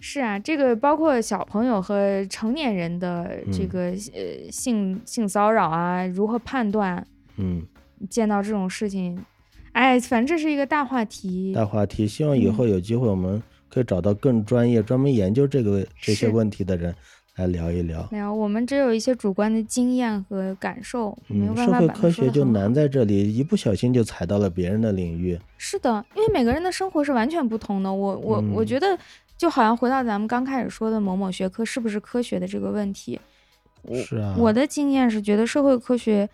Speaker 1: 是啊，这个包括小朋友和成年人的这
Speaker 2: 嗯
Speaker 1: 个、呃性性骚扰啊，如何判断？
Speaker 2: 嗯，
Speaker 1: 见到这种事情，哎，反正这是一个大话题。
Speaker 2: 大话题。希望以
Speaker 1: 嗯
Speaker 2: 后有机会，我们可以找到更专业、专门研究这个这些
Speaker 1: 是
Speaker 2: 问题的人来聊一聊。
Speaker 1: 没有，我们只有一些主观的经验和感受，没有
Speaker 2: 嗯，
Speaker 1: 办
Speaker 2: 社
Speaker 1: 法
Speaker 2: 会
Speaker 1: 把它
Speaker 2: 科
Speaker 1: 说
Speaker 2: 学
Speaker 1: 得
Speaker 2: 就
Speaker 1: 很好
Speaker 2: 难在这里，一不小心就踩到了别人的领域。
Speaker 1: 是的，因为每个人的生活是完全不同的。我我、我
Speaker 2: 嗯
Speaker 1: 觉得，就好像回到咱们刚开始说的某某学科是不是科学的这个问题，我
Speaker 2: 是啊，
Speaker 1: 我的经验是觉得社会科学，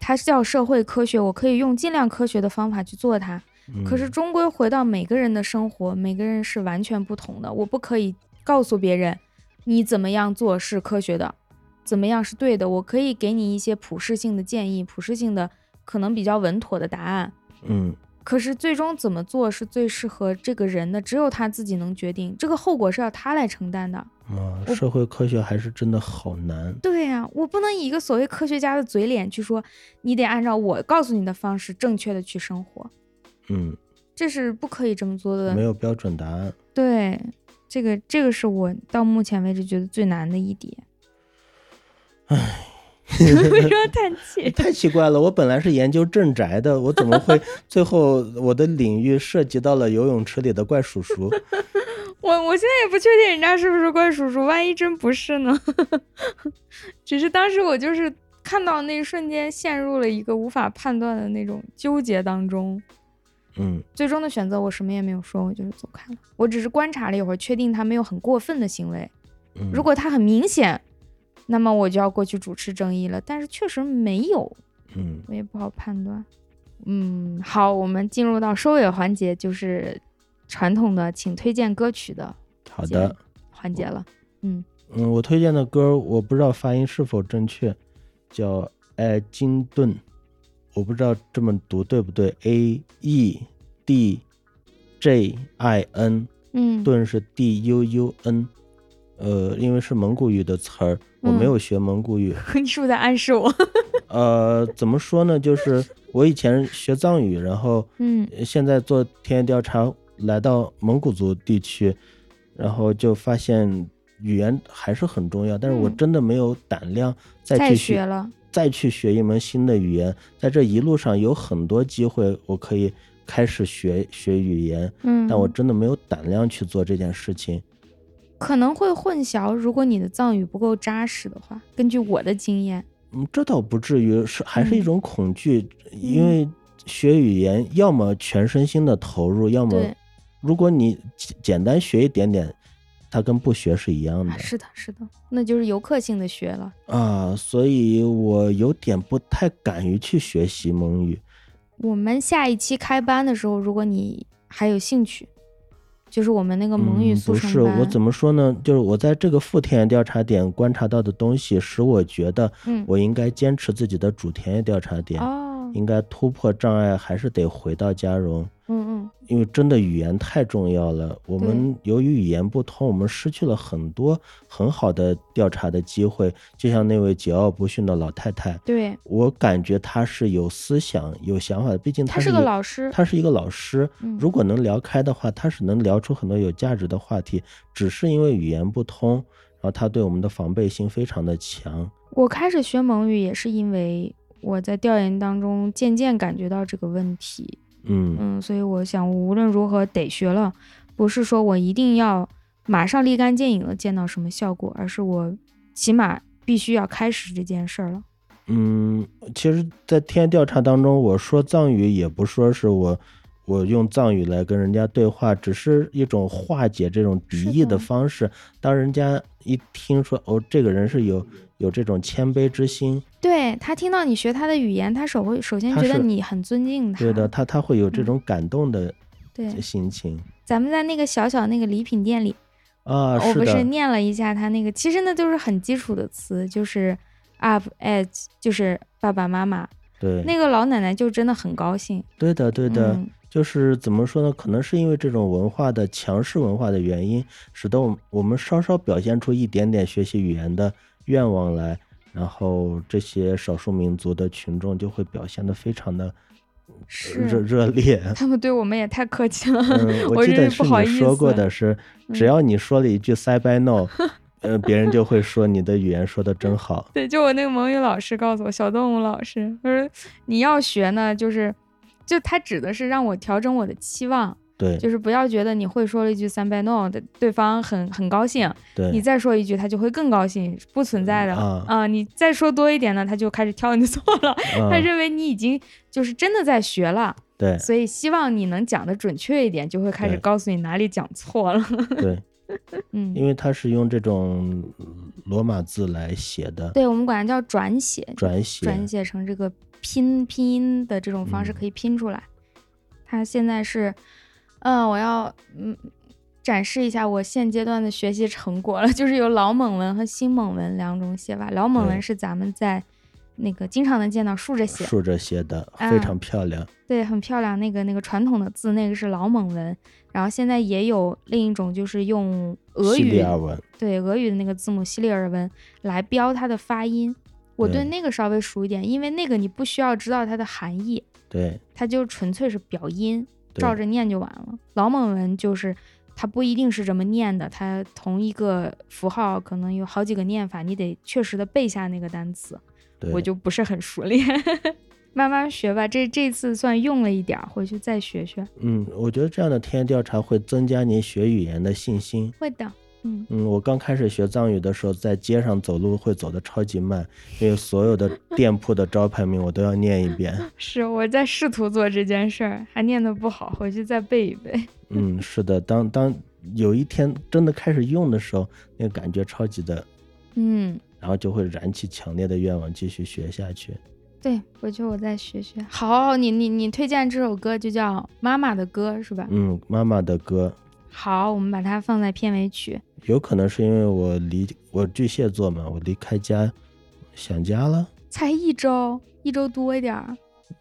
Speaker 1: 它叫社会科学，我可以用尽量科学的方法去做它。可是
Speaker 2: 嗯
Speaker 1: 终归回到每个人的生活，每个人是完全不同的。我不可以告诉别人你怎么样做是科学的，怎么样是对的。我可以给你一些普适性的建议，普适性的可能比较稳妥的答案。
Speaker 2: 嗯，
Speaker 1: 可是最终怎么做是最适合这个人的，只有他自己能决定，这个后果是要他来承担的。
Speaker 2: 啊，
Speaker 1: 我
Speaker 2: 社会科学还是真的好难。
Speaker 1: 对呀、我不能以一个所谓科学家的嘴脸去说，你得按照我告诉你的方式正确的去生活，
Speaker 2: 嗯，
Speaker 1: 这是不可以这么做
Speaker 2: 没
Speaker 1: 的。
Speaker 2: 有标准答案。
Speaker 1: 对，这个这个是我到目前为止觉得最难的一点。 唉，为什么叹气？
Speaker 2: 太奇怪了，我本来是研究正宅的，我怎么会最后我的领域涉及到了游泳池里的怪 叔叔？
Speaker 1: 我我现在也不确定人家是不是怪叔叔，万一真不是呢？ 只是当时我就是看到那一瞬间，陷入了一个无法判断的那种纠结当中。
Speaker 2: 嗯
Speaker 1: 最终的选择，我什么也没有说，我就是走开了。我只是观察了一会儿，确定他没有很过分的行为。
Speaker 2: 嗯，
Speaker 1: 如果他很明显，那么我就要过去主持正义了。但是确实没有，
Speaker 2: 嗯
Speaker 1: 我也不好判断。嗯，好，我们进入到收尾环节，就是传统的请推荐歌曲的
Speaker 2: 好
Speaker 1: 节
Speaker 2: 的
Speaker 1: 目，环节了。
Speaker 2: 嗯，我推荐的歌儿我不知道发音是否正确，叫艾金顿，我不知道这么读对不对，A E D J I N，
Speaker 1: 嗯，
Speaker 2: 顿是 D U U N，呃，因为是蒙古语的词儿，我
Speaker 1: 嗯
Speaker 2: 没有学蒙古语。
Speaker 1: 你是不是在暗示我？
Speaker 2: 呃，怎么说呢？就是我以前学藏语，然后
Speaker 1: 嗯
Speaker 2: 呃现在做田野调查，来到蒙古族地区，然后就发现语言还是很重要，但是我
Speaker 1: 嗯
Speaker 2: 真的没有胆量再
Speaker 1: 再
Speaker 2: 去
Speaker 1: 学了，
Speaker 2: 再去学一门新的语言。在这一路上有很多机会，我可以开始学学语言，
Speaker 1: 嗯，
Speaker 2: 但我真的没有胆量去做这件事情。
Speaker 1: 可能会混淆，如果你的藏语不够扎实的话，根据我的经验，
Speaker 2: 嗯，这倒不至于，是还是一
Speaker 1: 嗯
Speaker 2: 种恐惧，因为学语言要么全身心的投入，要么
Speaker 1: 对，
Speaker 2: 如果你简简单学一点点，它跟不学是一样的
Speaker 1: 啊是的，是的，那就是游客性的学了。
Speaker 2: 啊。所以我有点不太敢于去学习蒙语。
Speaker 1: 我们下一期开班的时候，如果你还有兴趣，就是我们那个啊蒙语
Speaker 2: 嗯
Speaker 1: 速
Speaker 2: 不
Speaker 1: 成
Speaker 2: 是
Speaker 1: 班，
Speaker 2: 我怎么说呢？就是我在这个副田野调查点观察到的东西，使我觉得
Speaker 1: 嗯
Speaker 2: 我应该坚持自己的主田野调查点，
Speaker 1: 哦，
Speaker 2: 应该突破障碍，还是得回到家荣。
Speaker 1: 嗯嗯，
Speaker 2: 因为真的语言太重要了。我们由于语言不通，我们失去了很多很好的调查的机会。就像那位桀骜不驯的老太太，
Speaker 1: 对，
Speaker 2: 我感觉她是有思想、有想法的，毕竟
Speaker 1: 他
Speaker 2: 她
Speaker 1: 是
Speaker 2: 一
Speaker 1: 个老师，
Speaker 2: 她是一个老师
Speaker 1: 嗯，
Speaker 2: 如果能聊开的话，她是能聊出很多有价值的话题。只是因为语言不通，然后她对我们的防备心非常的强。
Speaker 1: 我开始学蒙语也是因为我在调研当中渐渐感觉到这个问题，
Speaker 2: 嗯
Speaker 1: 嗯，所以我想无论如何得学了，不是说我一定要马上立竿见影的见到什么效果，而是我起码必须要开始这件事儿了。
Speaker 2: 嗯，其实，在天调查当中，我说藏语也不说是我我用藏语来跟人家对话，只是一种化解这种敌意
Speaker 1: 是的
Speaker 2: 的方式。当人家一听说哦，这个人是有有这种谦卑之心，
Speaker 1: 对他听到你学他的语言，他首会首先
Speaker 2: 他
Speaker 1: 觉得
Speaker 2: 是
Speaker 1: 你很尊敬他。
Speaker 2: 对的，，他他会有这
Speaker 1: 嗯
Speaker 2: 种感动的
Speaker 1: 对。
Speaker 2: 心情、
Speaker 1: 咱们在那个小小那个礼品店里，
Speaker 2: 啊。
Speaker 1: 我
Speaker 2: 是
Speaker 1: 哦不是
Speaker 2: 的，
Speaker 1: 念了一下他那个，其实那就是很基础的词，就是 up edge，就是爸爸妈妈。
Speaker 2: 对，
Speaker 1: 那个老奶奶就真的很高兴。
Speaker 2: 对的，对的。
Speaker 1: 嗯
Speaker 2: 就是怎么说呢？可能是因为这种文化的强势文化的原因，使得我们我们稍稍表现出一点点学习语言的愿望来，然后这些少数民族的群众就会表现得非常的热
Speaker 1: 是，
Speaker 2: 热 烈。
Speaker 1: 他们对我们也太客气了。
Speaker 2: 嗯，
Speaker 1: 我
Speaker 2: 记
Speaker 1: 真
Speaker 2: 得
Speaker 1: 是
Speaker 2: 是
Speaker 1: 不好
Speaker 2: 你
Speaker 1: 意
Speaker 2: 说过
Speaker 1: 思嗯
Speaker 2: 的是，只要你说了一句 “say bye no”，呃，别人就会说你的语言说的真好。
Speaker 1: 对，就我那个蒙语老师告诉我，小动物老师，他说你要学呢，就是，就他指的是让我调整我的期望，
Speaker 2: 对
Speaker 1: 就是不要觉得你会说了一句三拜 no 的，对方很很高兴，
Speaker 2: 对，
Speaker 1: 你再说一句他就会更高兴，不存在的
Speaker 2: 啊
Speaker 1: 你再说多一点呢，他就开始挑你的错了，他
Speaker 2: 嗯
Speaker 1: 认为你已经就是真的在学了，
Speaker 2: 对
Speaker 1: 所以希望你能讲的准确一点，就会开始
Speaker 2: 对
Speaker 1: 告诉你哪里讲错了，
Speaker 2: 对，因
Speaker 1: 嗯。
Speaker 2: 为它是用这种罗马字来写的，
Speaker 1: 对我们管它叫转写，
Speaker 2: 转写，
Speaker 1: 转写成这个拼拼音的这种方式
Speaker 2: 嗯
Speaker 1: 可以拼出来。它现在是，嗯，我要嗯展示一下我现阶段的学习成果了， 就是有老蒙文和新蒙文两种写法。老蒙文
Speaker 2: 对
Speaker 1: 是咱们在那个经常能见到竖着写，
Speaker 2: 竖着写的，
Speaker 1: 啊
Speaker 2: 非常漂亮。
Speaker 1: 对，很漂亮。那个那个传统的字，那个是老蒙文。然后现在也有另一种，就是用俄
Speaker 2: 西
Speaker 1: 语
Speaker 2: 里尔文，
Speaker 1: 对俄语的那个字母西里尔文来标它的发音。我对
Speaker 2: 对
Speaker 1: 那个稍微熟一点，因为那个你不需要知道它的含义，
Speaker 2: 对
Speaker 1: 它就纯粹是表音，
Speaker 2: 对
Speaker 1: 照着念就完了。老蒙文就是它不一定是这么念的，它同一个符号可能有好几个念法，你得确实的背下那个单词。
Speaker 2: 对，
Speaker 1: 我就不是很熟练， 慢慢学吧。这这次算用了一点儿，回去再学学。
Speaker 2: 嗯，我觉得这样的田野调查会增加你学语言的信心。
Speaker 1: 会的，嗯，
Speaker 2: 嗯，我刚开始学藏语的时候，在街上走路会走得超级慢，因为所有的店铺的招牌名我都要念一 遍。
Speaker 1: 是我在试图做这件事儿，还念得不好，回去再背一背。
Speaker 2: 嗯，是的，当当有一天真的开始用的时候，那个感觉超级的，
Speaker 1: 嗯，
Speaker 2: 然后就会燃起强烈的愿望继续学下去。
Speaker 1: 对，回去我再学学。好，你你你推荐这首歌就叫《妈妈的歌》是吧？
Speaker 2: 嗯，妈妈的歌，
Speaker 1: 好，我们把它放在片尾曲。
Speaker 2: 有可能是因为我离我巨蟹座嘛，我离开家想家了。
Speaker 1: 才一周，一周多一点儿，，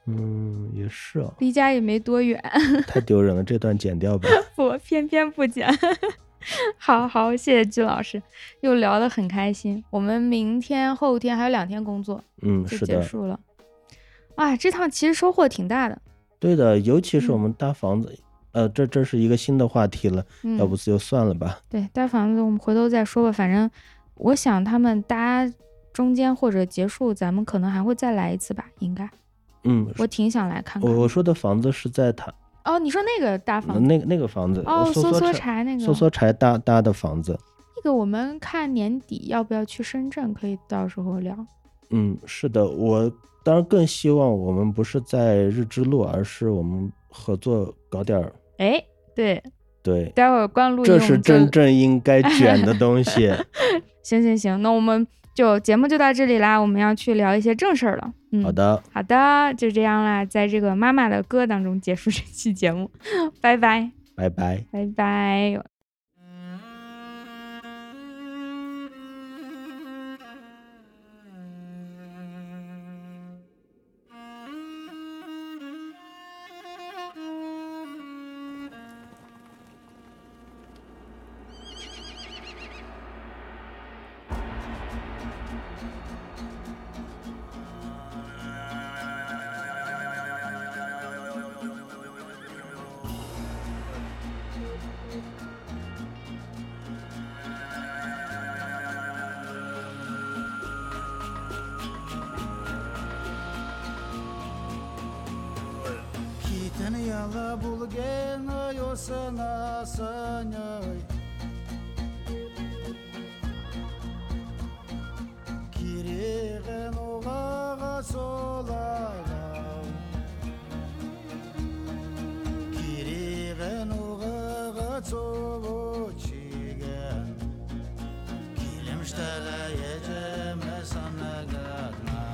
Speaker 2: 嗯，也是 哦
Speaker 1: 离家也没多远，
Speaker 2: 太丢人了，这段剪掉吧。
Speaker 1: 我偏偏不讲。 好好，谢谢鞠老师，又聊得很开心。我们明天、后天还有两天工作
Speaker 2: 嗯，
Speaker 1: 就是结
Speaker 2: 的，
Speaker 1: 束了。啊，这趟其实收获挺大的。
Speaker 2: 对的，尤其是我
Speaker 1: 嗯
Speaker 2: 们搭房子，呃，这这是一个新的话题了，
Speaker 1: 嗯，
Speaker 2: 要不就算了吧。
Speaker 1: 对，搭房子我们回头再说吧。反正我想他们搭中间或者结束，咱们可能还会再来一次吧，应该。
Speaker 2: 嗯，
Speaker 1: 我挺想来看看
Speaker 2: 我。我说的房子是在他
Speaker 1: 哦，你说那个搭房子？
Speaker 2: 那个那个房子，
Speaker 1: 哦，搜
Speaker 2: 搜索
Speaker 1: 索
Speaker 2: 柴
Speaker 1: 柴那个。
Speaker 2: 搜索柴搭搭的房子。
Speaker 1: 那个我们看年底要不要去深圳，可以到时候聊。
Speaker 2: 嗯，是的，我当然更希望我们不是在日之路，而是我们合作搞点儿。
Speaker 1: 哎，对，
Speaker 2: 对，
Speaker 1: 待会儿关录音我
Speaker 2: 这
Speaker 1: 们
Speaker 2: 是
Speaker 1: 就
Speaker 2: 真正应该卷的东西。
Speaker 1: 行行行，那我们就节目就到这里啦，我们要去聊一些正事儿了。嗯，
Speaker 2: 好，的，
Speaker 1: 好的，就这样啦，在这个妈妈的歌当中结束这期节目， 拜拜，
Speaker 2: 拜拜。
Speaker 1: 拜拜。
Speaker 3: Kitini yala bulgena yosana sanyay Kiregen ogaga solaga Kiregen ogaga solo çigen Kilimştala yeceme sana gatna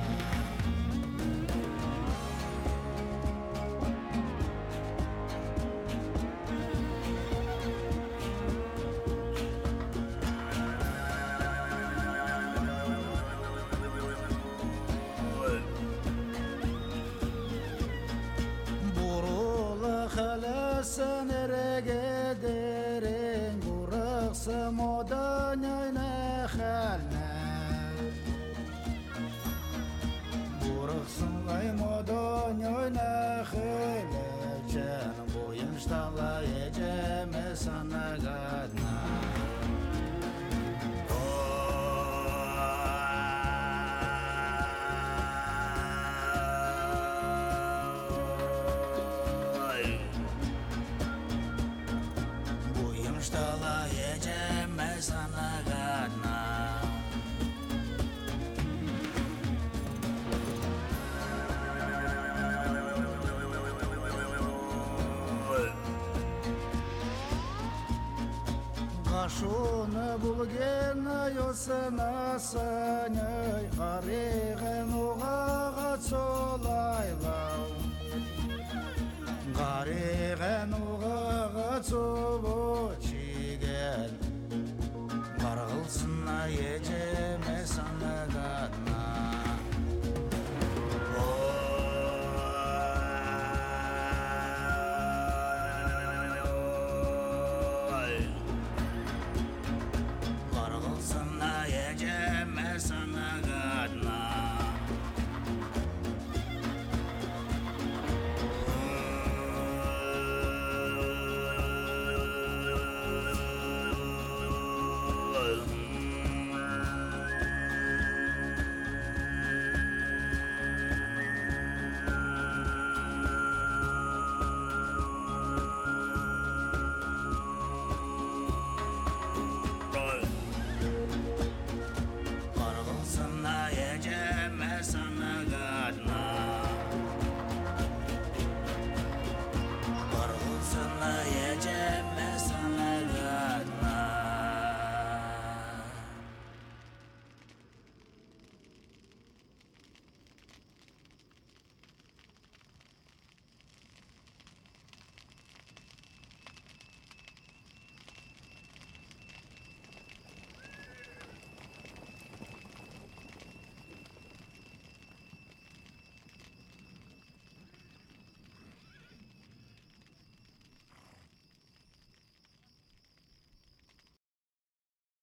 Speaker 3: Burula halasan erege derin Buraksa modan ayna halna Buraksan ay modan ayna halna Can boyun shtala eceme sana gadna Boyun shtala eceme sana gadna Гашуны булгена йосына сынай Гариген уғаға цолайлау Гариген уғаға цолу чиген Қарғылсына еже